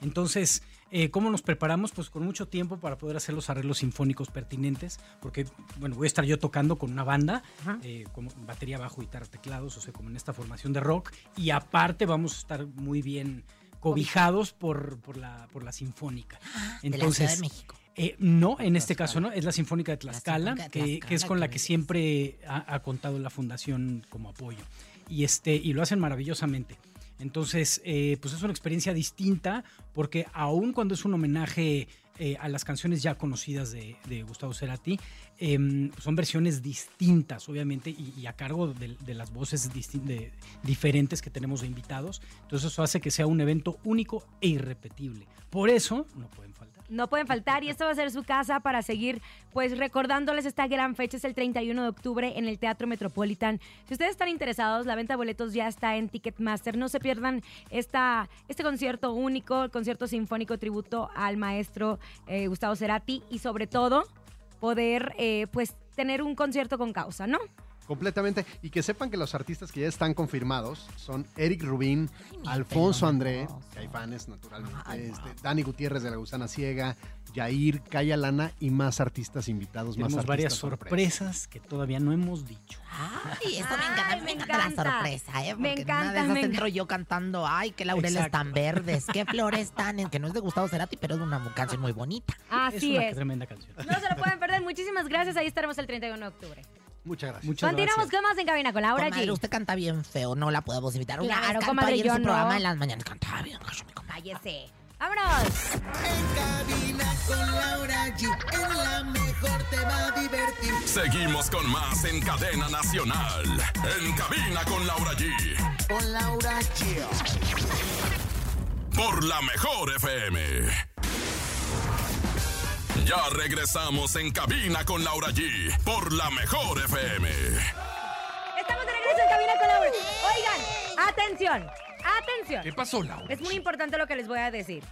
[SPEAKER 12] Entonces, eh, ¿cómo nos preparamos? Pues con mucho tiempo para poder hacer los arreglos sinfónicos pertinentes, porque, bueno, voy a estar yo tocando con una banda, eh, como batería, bajo, guitarra, teclados, o sea, como en esta formación de rock, y aparte vamos a estar muy bien cobijados por, por, la, por la sinfónica.
[SPEAKER 3] Ah, de la Ciudad
[SPEAKER 12] Entonces,
[SPEAKER 3] de México.
[SPEAKER 12] eh, no, en este caso no, es la Sinfónica de Tlaxcala,
[SPEAKER 3] Sinfónica de
[SPEAKER 12] que, que es
[SPEAKER 3] Tlaxcala,
[SPEAKER 12] con la
[SPEAKER 3] qué
[SPEAKER 12] que siempre ha, ha contado la fundación como apoyo. Y, este, y lo hacen maravillosamente. Entonces, eh, pues es una experiencia distinta, porque aun cuando es un homenaje eh, a las canciones ya conocidas de, de Gustavo Cerati, em, son versiones distintas, obviamente, y, y a cargo de, de las voces distin- de- diferentes que tenemos de invitados. Entonces, eso hace que sea un evento único e irrepetible. Por eso, no pueden faltar.
[SPEAKER 2] No pueden faltar y esta va a ser su casa para seguir pues recordándoles esta gran fecha, es el 31 de octubre en el Teatro Metropolitan. Si ustedes están interesados, la venta de boletos ya está en Ticketmaster. No se pierdan esta, este concierto único, el concierto sinfónico tributo al maestro eh, Gustavo Cerati y sobre todo poder eh, pues tener un concierto con causa, ¿no?
[SPEAKER 11] Completamente. Y que sepan que los artistas que ya están confirmados son Eric Rubín, Alfonso André, Caifanes, naturalmente, este, Dani Gutiérrez de la Gusana Ciega, Jair, Calla Lana y más artistas invitados. más
[SPEAKER 12] Tenemos
[SPEAKER 11] artistas
[SPEAKER 12] varias
[SPEAKER 11] sorpresa.
[SPEAKER 12] sorpresas que todavía no hemos dicho.
[SPEAKER 3] Y eso me encanta, a mí me, encanta, la sorpresa, ¿eh?
[SPEAKER 2] Me
[SPEAKER 3] Porque en una de
[SPEAKER 2] encanta,
[SPEAKER 3] esas
[SPEAKER 2] me
[SPEAKER 3] entro yo cantando, ay, qué laureles
[SPEAKER 12] Exacto.
[SPEAKER 3] tan verdes, qué flores tan... en- Que no es de Gustavo Cerati, pero es una canción muy bonita.
[SPEAKER 2] Así es.
[SPEAKER 12] tremenda canción.
[SPEAKER 2] No se lo pueden perder. Muchísimas gracias. Ahí estaremos el 31 de octubre.
[SPEAKER 11] Muchas gracias.
[SPEAKER 2] Continuamos con más en cabina con Laura
[SPEAKER 3] Comadre,
[SPEAKER 2] G.
[SPEAKER 3] usted canta bien feo, no la podemos invitar. Una
[SPEAKER 2] Claro,
[SPEAKER 3] vez cantó
[SPEAKER 2] comadre,
[SPEAKER 3] ayer
[SPEAKER 2] yo
[SPEAKER 3] su
[SPEAKER 2] no.
[SPEAKER 3] programa en las mañanas, cantaba bien.
[SPEAKER 2] Cállese. ¡Vámonos!
[SPEAKER 13] Cabina con Laura G. En la mejor te va a divertir.
[SPEAKER 1] Seguimos con más en cadena nacional. En cabina con Laura G.
[SPEAKER 13] Con Laura G.
[SPEAKER 1] Por la mejor FM. Ya regresamos en cabina con Laura G. Por la mejor FM.
[SPEAKER 2] Estamos de regreso en cabina con Laura. Oigan, atención, atención.
[SPEAKER 4] ¿Qué pasó, Laura?
[SPEAKER 2] Es muy importante lo que les voy a decir.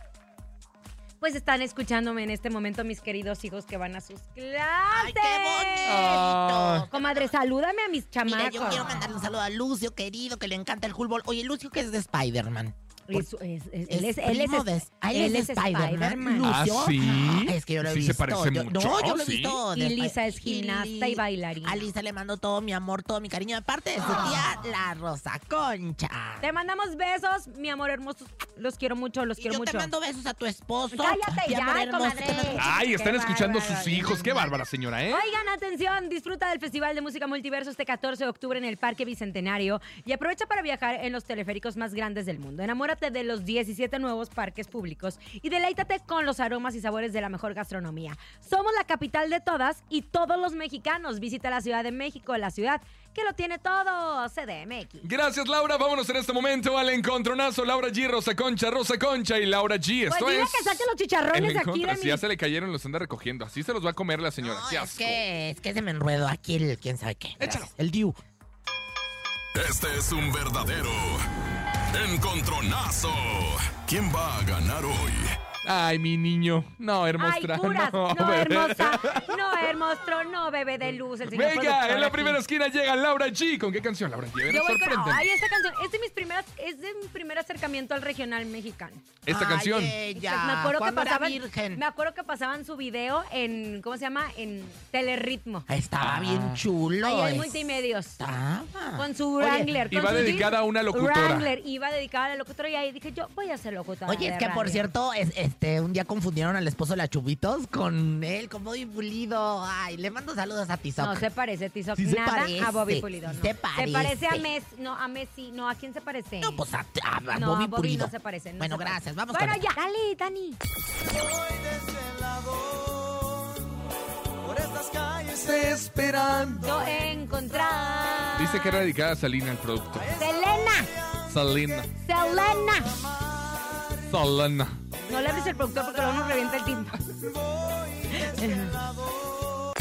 [SPEAKER 2] Pues están escuchándome en este momento mis queridos hijos que van a sus clases. ¡Ay, qué
[SPEAKER 3] bonito!
[SPEAKER 2] Comadre, salúdame a mis chamacos.
[SPEAKER 3] Mira, yo quiero mandarle un saludo a Lucio, querido, que le encanta el fútbol. Oye, Lucio, que es de Spider-Man.
[SPEAKER 2] Es- es- es- él es,
[SPEAKER 3] Es
[SPEAKER 2] él es,
[SPEAKER 3] primo de- ah, él es Spider-Man.
[SPEAKER 4] Ah, sí.
[SPEAKER 3] Es que yo lo he
[SPEAKER 4] Sí se
[SPEAKER 3] visto.
[SPEAKER 4] parece
[SPEAKER 3] Yo-
[SPEAKER 4] mucho, Ah,
[SPEAKER 3] No, yo lo he
[SPEAKER 4] sí.
[SPEAKER 3] visto.
[SPEAKER 2] Y Lisa es gimnasta y
[SPEAKER 3] bailarina. A Lisa le mando todo mi amor, todo mi cariño. De parte de su tía, la Rosa Concha.
[SPEAKER 2] Ah. Te mandamos besos, mi amor hermoso. Los quiero mucho, los quiero
[SPEAKER 3] yo
[SPEAKER 2] mucho.
[SPEAKER 3] te mando besos a tu esposo.
[SPEAKER 2] Cállate
[SPEAKER 3] mi amor
[SPEAKER 2] ya,
[SPEAKER 3] hermoso,
[SPEAKER 2] comadre.
[SPEAKER 3] te mando-
[SPEAKER 4] Ay, están
[SPEAKER 2] Qué
[SPEAKER 4] escuchando
[SPEAKER 2] bárbara.
[SPEAKER 4] sus hijos. Qué bárbara, señora, ¿eh?
[SPEAKER 2] Oigan, atención, disfruta del Festival de Música Multiverso este 14 de octubre en el Parque Bicentenario y aprovecha para viajar en los teleféricos más grandes del mundo. Enamórate de los 17 nuevos parques públicos y deleítate con los aromas y sabores de la mejor gastronomía. Somos la capital de todas y todos los mexicanos. Visita la Ciudad de México, la ciudad que lo tiene todo, CDMX.
[SPEAKER 4] Gracias, Laura. Vámonos en este momento al encontronazo. Laura G, Rosa Concha, Rosa Concha y Laura G. Esto
[SPEAKER 2] pues dile
[SPEAKER 4] es.
[SPEAKER 2] que saque los
[SPEAKER 4] el
[SPEAKER 2] chicharrones aquí
[SPEAKER 4] encontro.
[SPEAKER 2] de
[SPEAKER 4] Si
[SPEAKER 2] mi...
[SPEAKER 4] ya se le cayeron, los anda recogiendo. Así se los va a comer la señora. Qué
[SPEAKER 3] Es
[SPEAKER 4] asco.
[SPEAKER 3] que, es que se me enruedo aquí el quién sabe qué. Échalo. El Diu.
[SPEAKER 1] Este es un verdadero encontronazo. ¿Quién va a ganar hoy?
[SPEAKER 4] Ay, mi niño. [LAUGHS] No, hermosa.
[SPEAKER 2] Ay, puras. No,
[SPEAKER 4] bebé. [LAUGHS]
[SPEAKER 2] hermosa. No, hermoso. No, bebé de luz. El señor
[SPEAKER 4] Venga,
[SPEAKER 2] productor
[SPEAKER 4] en la
[SPEAKER 2] aquí.
[SPEAKER 4] primera esquina llega Laura G. ¿Con qué canción, Laura G? Ven,
[SPEAKER 2] Yo voy con-
[SPEAKER 4] sorpréndeme.
[SPEAKER 2] Ay, esta canción es de mis primeras, es de mi primer acercamiento al regional mexicano.
[SPEAKER 4] Esta Ay, canción.
[SPEAKER 2] eh.
[SPEAKER 3] ella,
[SPEAKER 2] me acuerdo que
[SPEAKER 3] Eh, cuando era
[SPEAKER 2] pasaban,
[SPEAKER 3] virgen.
[SPEAKER 2] me acuerdo que pasaban su video en, ¿cómo se llama? En Telerritmo.
[SPEAKER 3] Estaba
[SPEAKER 4] Ah.
[SPEAKER 3] bien chulo.
[SPEAKER 2] Ahí en
[SPEAKER 3] es-
[SPEAKER 2] multimedios.
[SPEAKER 3] Ah.
[SPEAKER 2] Con su
[SPEAKER 3] Oye,
[SPEAKER 2] Wrangler. con
[SPEAKER 4] iba
[SPEAKER 2] su
[SPEAKER 4] dedicada
[SPEAKER 2] jeans
[SPEAKER 4] a una locutora.
[SPEAKER 2] Wrangler. Iba dedicada a la locutora y ahí dije, yo voy a ser locutora.
[SPEAKER 3] Oye, es
[SPEAKER 2] de
[SPEAKER 3] que por
[SPEAKER 2] radio.
[SPEAKER 3] cierto, es- este, un día confundieron al esposo de la Chubitos con él, con Bobby Pulido. Ay, le mando saludos a Tizoc.
[SPEAKER 2] No se parece, Tizoc,
[SPEAKER 3] Sí se
[SPEAKER 2] nada a
[SPEAKER 3] parece,
[SPEAKER 2] Bobby Pulido.
[SPEAKER 3] sí
[SPEAKER 2] no.
[SPEAKER 3] se parece.
[SPEAKER 2] a Messi, no, a Messi, no, ¿a quién se parece? No,
[SPEAKER 3] pues a, a- a
[SPEAKER 2] no,
[SPEAKER 3] Bobby Pulido.
[SPEAKER 2] no se parece. no
[SPEAKER 3] Bueno,
[SPEAKER 2] se
[SPEAKER 3] gracias,
[SPEAKER 2] parece.
[SPEAKER 3] vamos
[SPEAKER 2] Bueno,
[SPEAKER 3] con-
[SPEAKER 2] ya, dale, Dani.
[SPEAKER 13] Por estas calles esperando.
[SPEAKER 2] Yo he encontrado.
[SPEAKER 4] Dice que era dedicada a Salina, el producto.
[SPEAKER 2] Selena,
[SPEAKER 4] Salina.
[SPEAKER 2] Selena.
[SPEAKER 4] Salina.
[SPEAKER 2] No le hables al productor porque luego nos revienta el
[SPEAKER 3] [LAUGHS]
[SPEAKER 2] timbre.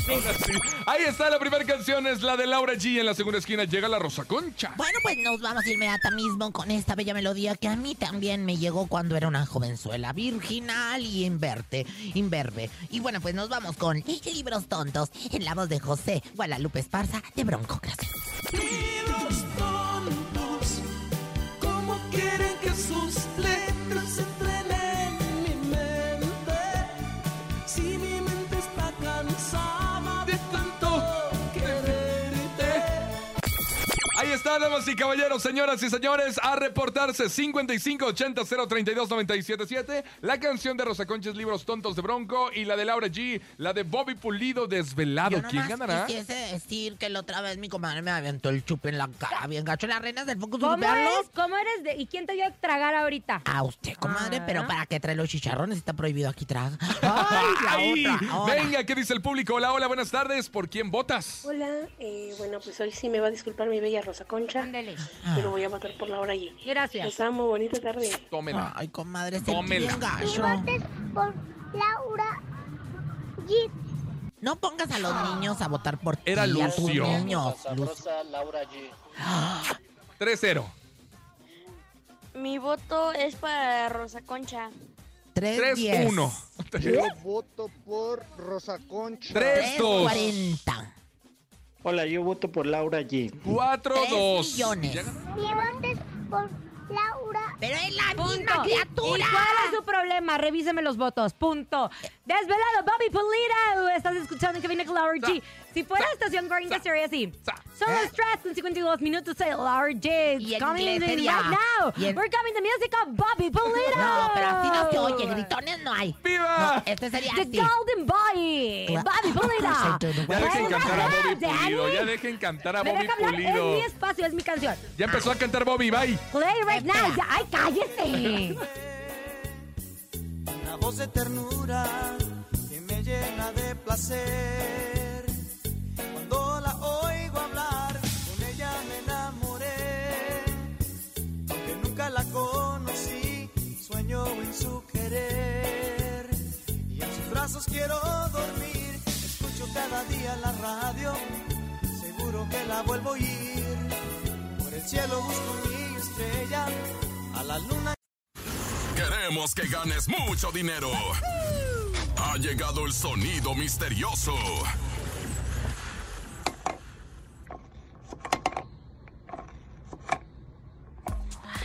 [SPEAKER 4] Ahora sí. Ahí está la primera canción, es la de Laura G. En la segunda esquina llega la Rosa Concha.
[SPEAKER 3] Bueno, pues nos vamos inmediata mismo con esta bella melodía que a mí también me llegó cuando era una jovenzuela virginal y inverte, imberbe. Y bueno, pues nos vamos con Libros Tontos en la voz de José Guadalupe Esparza de Bronco. Gracias.
[SPEAKER 13] Libros tontos, ¿cómo quieren que sus letras entrenen mi mente? Si mi mente está cansada de tanto quererte.
[SPEAKER 4] Ahí está, damas y caballeros, señoras y señores, a reportarse 5580-032-977. La canción de Rosa Concha es Libros Tontos de Bronco y la de Laura G, la de Bobby Pulido Desvelado.
[SPEAKER 3] Yo
[SPEAKER 4] ¿Quién
[SPEAKER 3] nomás
[SPEAKER 4] ganará?
[SPEAKER 3] Quisiese decir que la otra vez mi comadre me aventó el chupe en la cara, bien gacho. Las reinas del foco
[SPEAKER 2] ¿Cómo
[SPEAKER 3] ¿verlo?
[SPEAKER 2] eres? ¿Cómo eres? De, ¿Y quién te dio a tragar ahorita?
[SPEAKER 3] A usted, comadre,
[SPEAKER 4] Ah.
[SPEAKER 3] pero ¿para qué trae los chicharrones? Está prohibido aquí tragar.
[SPEAKER 4] Ay,
[SPEAKER 3] ¡Ay, la otra! ahora.
[SPEAKER 4] Venga, ¿qué dice el público? Hola, hola, buenas tardes. ¿Por quién votas?
[SPEAKER 14] Hola, eh, bueno, pues hoy sí me va a disculpar mi bella Rosa Concha, pero voy a votar por la hora allí.
[SPEAKER 2] Gracias.
[SPEAKER 14] Los amo, bonita tarde.
[SPEAKER 4] Tómela.
[SPEAKER 3] Ay, comadre, se
[SPEAKER 4] Tómela.
[SPEAKER 3] bien gacho.
[SPEAKER 15] Este por Laura G.
[SPEAKER 3] No pongas a los niños a votar por ti,
[SPEAKER 4] Era
[SPEAKER 3] a tus
[SPEAKER 4] Lucio.
[SPEAKER 3] niños. Lucio.
[SPEAKER 16] Rosa Laura G.
[SPEAKER 4] 3-0.
[SPEAKER 15] Mi voto es para Rosa Concha.
[SPEAKER 4] 3-1.
[SPEAKER 16] voto por Rosa Concha.
[SPEAKER 4] Tres, dos.
[SPEAKER 3] 40.
[SPEAKER 16] Hola, yo voto por Laura G.
[SPEAKER 4] 4-2. Ya ganó.
[SPEAKER 15] Mi voto es por Laura.
[SPEAKER 3] Pero es la
[SPEAKER 2] Punto. ¿Y cuál es su problema? Revíseme los votos. Punto. Desvelado, Bobby Polito. Estás escuchando que viene Laura G. Si fuera estación gringa sería así. Solo stress en 52 minutos de Laura G.
[SPEAKER 3] eh. Y en
[SPEAKER 2] coming in
[SPEAKER 3] inglés
[SPEAKER 2] right
[SPEAKER 3] sería-
[SPEAKER 2] now.
[SPEAKER 3] y en-
[SPEAKER 2] We're coming the music of Bobby Polito.
[SPEAKER 3] No, pero así no se oye, gritones no hay.
[SPEAKER 4] ¡Viva!
[SPEAKER 3] este sería
[SPEAKER 2] The
[SPEAKER 3] así.
[SPEAKER 2] Golden Boy.
[SPEAKER 3] Cla- Ah,
[SPEAKER 2] Bobby Polito.
[SPEAKER 4] Ya dejen cantar a Bobby
[SPEAKER 2] Dani.
[SPEAKER 4] Pulido. Ya dejen cantar a
[SPEAKER 2] Me
[SPEAKER 4] Bobby
[SPEAKER 2] deja hablar,
[SPEAKER 4] Pulido.
[SPEAKER 2] Es mi espacio, es mi canción.
[SPEAKER 4] Ya empezó a cantar Bobby, bye.
[SPEAKER 2] Play right now. Ya- Ay,
[SPEAKER 3] [LAUGHS]
[SPEAKER 2] cállese.
[SPEAKER 13] Una voz de ternura que me llena de placer. Cuando la oigo hablar, con ella me enamoré. Aunque nunca la conocí, sueño en su querer. Y en sus brazos quiero dormir. Escucho cada día la radio, seguro que la vuelvo a oír. Por el cielo busco mi estrella, a la luna.
[SPEAKER 1] Queremos que ganes mucho dinero. Ha llegado el sonido misterioso.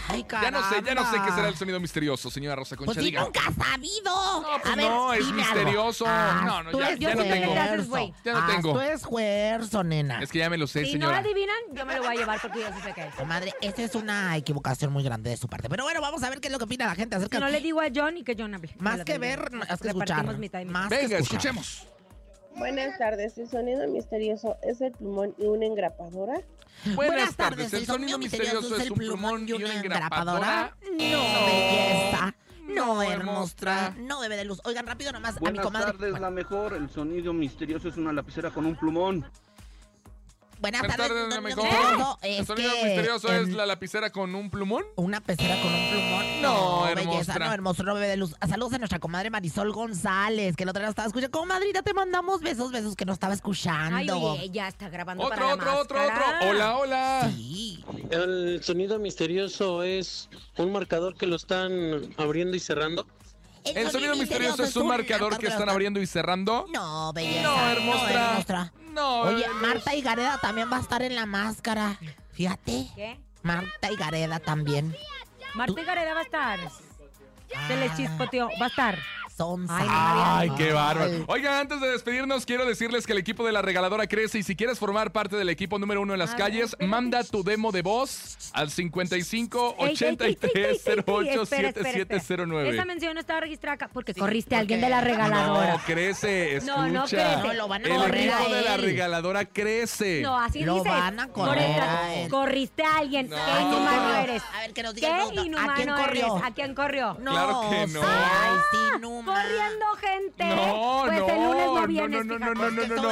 [SPEAKER 3] Ay,
[SPEAKER 4] Ya no sé, ya no sé qué
[SPEAKER 3] caramba.
[SPEAKER 4] será el sonido misterioso, señora Rosa Concha.
[SPEAKER 3] Pues sí,
[SPEAKER 4] diga.
[SPEAKER 3] nunca has sabido.
[SPEAKER 4] pues no, es
[SPEAKER 3] dime algo. Ah,
[SPEAKER 4] misterioso.
[SPEAKER 3] Haz
[SPEAKER 4] No, no,
[SPEAKER 3] tu
[SPEAKER 4] ya- ya no tengo.
[SPEAKER 3] esfuerzo.
[SPEAKER 4] Gracias, güey. Ya no
[SPEAKER 3] Haz
[SPEAKER 4] tengo.
[SPEAKER 3] tu Ah, esfuerzo, nena.
[SPEAKER 4] Es que ya me lo sé,
[SPEAKER 2] Si no
[SPEAKER 4] señora.
[SPEAKER 2] adivinan, yo me lo voy a llevar porque yo sí sé qué es.
[SPEAKER 3] Comadre, esta es una equivocación muy grande de su parte. Pero bueno, vamos a ver qué es lo que opina la gente acerca
[SPEAKER 2] No le digo a John y que John hable.
[SPEAKER 3] Más
[SPEAKER 2] Me lo
[SPEAKER 3] que
[SPEAKER 2] doy.
[SPEAKER 3] ver, más que
[SPEAKER 2] Repartimos
[SPEAKER 3] escuchar.
[SPEAKER 2] mitad y mitad.
[SPEAKER 3] Más que Venga, escuchar. escuchemos.
[SPEAKER 14] Buenas tardes, el sonido misterioso es el plumón y una engrapadora.
[SPEAKER 4] Buenas, tardes. pues, El sonido misterioso es un plumón y una engrapadora.
[SPEAKER 3] No, belleza. No, hermosa. No, bebé de luz. Oigan, rápido nomás a mi
[SPEAKER 17] Buenas
[SPEAKER 3] comadre.
[SPEAKER 17] tardes, la mejor. El sonido misterioso es una lapicera con un plumón.
[SPEAKER 3] Buenas
[SPEAKER 4] Buenas
[SPEAKER 3] tardes.
[SPEAKER 4] tardes,
[SPEAKER 3] no,
[SPEAKER 4] la
[SPEAKER 3] no,
[SPEAKER 4] mejor.
[SPEAKER 3] no,
[SPEAKER 4] ¿El
[SPEAKER 3] es
[SPEAKER 4] sonido
[SPEAKER 3] que,
[SPEAKER 4] misterioso es
[SPEAKER 3] em,
[SPEAKER 4] la lapicera con un plumón?
[SPEAKER 3] ¿Una pecera con un plumón?
[SPEAKER 4] No,
[SPEAKER 3] belleza, no,
[SPEAKER 4] hermosa.
[SPEAKER 3] hermoso, no, bebé de luz. Saludos a nuestra comadre Marisol González, que la otra vez estaba escuchando. Comadrita, te mandamos besos, besos que no estaba
[SPEAKER 2] Ay,
[SPEAKER 3] escuchando.
[SPEAKER 2] oye, ya está grabando
[SPEAKER 4] Otro,
[SPEAKER 2] para la
[SPEAKER 4] otro, otro, otro.
[SPEAKER 2] máscara.
[SPEAKER 4] Hola, hola.
[SPEAKER 18] El sonido misterioso es un marcador que lo están abriendo y cerrando.
[SPEAKER 4] El, sonido misterioso es un marcador que están abriendo y cerrando.
[SPEAKER 3] No, belleza.
[SPEAKER 4] No, hermosa.
[SPEAKER 3] No, hermosa.
[SPEAKER 4] No,
[SPEAKER 3] Oye,
[SPEAKER 4] bebé de
[SPEAKER 3] Marta y Gareda también va a estar en la máscara. Fíjate.
[SPEAKER 2] ¿Qué?
[SPEAKER 3] Marta y Gareda también.
[SPEAKER 2] Marta y Gareda va a estar.
[SPEAKER 3] Ah.
[SPEAKER 2] Se le chispoteó. Va a estar.
[SPEAKER 3] Son
[SPEAKER 4] Ay, qué bárbaro. Oiga, antes de despedirnos, quiero decirles que el equipo de la regaladora crece y si quieres formar parte del equipo número uno en las
[SPEAKER 2] A ver,
[SPEAKER 4] calles, manda tu demo de voz al 55
[SPEAKER 2] Ey, ey, ey, ey, ey, ey, ey,
[SPEAKER 4] 83
[SPEAKER 2] espera,
[SPEAKER 4] 08
[SPEAKER 2] espera, espera. Esa
[SPEAKER 4] 7709.
[SPEAKER 2] mención no estaba registrada acá porque corriste a alguien de la regaladora.
[SPEAKER 4] No, crece, escucha.
[SPEAKER 2] No, no crece. No, lo van a
[SPEAKER 4] el
[SPEAKER 2] correr
[SPEAKER 4] equipo
[SPEAKER 2] a
[SPEAKER 4] de la
[SPEAKER 2] él.
[SPEAKER 4] regaladora crece.
[SPEAKER 2] No, así
[SPEAKER 4] no
[SPEAKER 2] dices.
[SPEAKER 4] correr a
[SPEAKER 2] Corre- Corriste a alguien. Qué inhumano
[SPEAKER 3] corrió.
[SPEAKER 2] eres.
[SPEAKER 3] A ver, que nos diga el
[SPEAKER 2] Qué
[SPEAKER 3] mundo. ¿A
[SPEAKER 2] inhumano
[SPEAKER 3] quién
[SPEAKER 2] eres.
[SPEAKER 3] corrió?
[SPEAKER 2] ¿A quién corrió?
[SPEAKER 3] No,
[SPEAKER 4] Claro que no.
[SPEAKER 3] Ay, sí, no.
[SPEAKER 2] Corriendo gente.
[SPEAKER 4] No,
[SPEAKER 2] pues
[SPEAKER 4] no,
[SPEAKER 2] el lunes
[SPEAKER 4] no,
[SPEAKER 2] no este vienes.
[SPEAKER 4] no, no, no, no, no, no.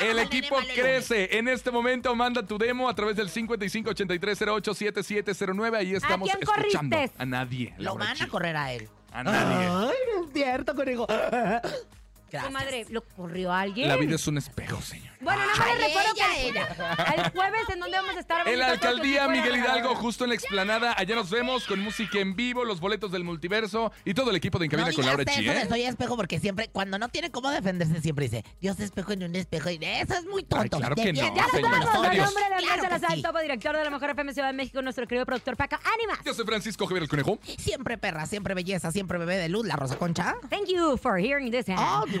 [SPEAKER 4] El equipo crece. En este momento manda tu demo a través del 5583087709. Ahí estamos
[SPEAKER 3] quién
[SPEAKER 4] escuchando.
[SPEAKER 3] corriste?
[SPEAKER 4] A nadie.
[SPEAKER 3] Lo
[SPEAKER 4] Laura
[SPEAKER 3] van a
[SPEAKER 4] G.
[SPEAKER 3] correr a él.
[SPEAKER 4] A nadie.
[SPEAKER 3] Ay, no es cierto, conejo.
[SPEAKER 2] Tu madre, lo corrió a alguien.
[SPEAKER 4] La vida es un espejo, señor.
[SPEAKER 2] Bueno, nada más les
[SPEAKER 3] Ay,
[SPEAKER 2] recuerdo que
[SPEAKER 3] ella
[SPEAKER 2] el jueves en donde vamos a estar.
[SPEAKER 4] En la
[SPEAKER 2] Bonito, porque
[SPEAKER 4] alcaldía
[SPEAKER 2] si fuera
[SPEAKER 4] Miguel Hidalgo,
[SPEAKER 2] ganadora.
[SPEAKER 4] justo en la explanada. Allá nos vemos con música en vivo, los boletos del multiverso y todo el equipo de Encamina
[SPEAKER 3] No
[SPEAKER 4] con Laura
[SPEAKER 3] digas
[SPEAKER 4] G.
[SPEAKER 3] eso de
[SPEAKER 4] ¿eh?
[SPEAKER 3] soy espejo porque siempre, cuando no tiene cómo defenderse, siempre dice, Dios espejo en un espejo. Y eso es muy tonto.
[SPEAKER 4] claro
[SPEAKER 3] De
[SPEAKER 4] que
[SPEAKER 3] bien,
[SPEAKER 4] no,
[SPEAKER 2] Ya
[SPEAKER 3] ya
[SPEAKER 2] nos
[SPEAKER 3] se
[SPEAKER 4] señor.
[SPEAKER 2] vamos.
[SPEAKER 4] Adiós.
[SPEAKER 2] A nombre de Andrés
[SPEAKER 3] Claro que
[SPEAKER 2] Salazar,
[SPEAKER 3] sí.
[SPEAKER 2] topo director de la Mejor FM Ciudad de México, nuestro querido productor Paco. ¡Ánimas!
[SPEAKER 4] Yo soy Francisco Javier el Conejo.
[SPEAKER 3] Siempre perra, siempre belleza, siempre bebé de luz, la rosa concha.
[SPEAKER 2] Thank you for hearing this.
[SPEAKER 3] Oh, you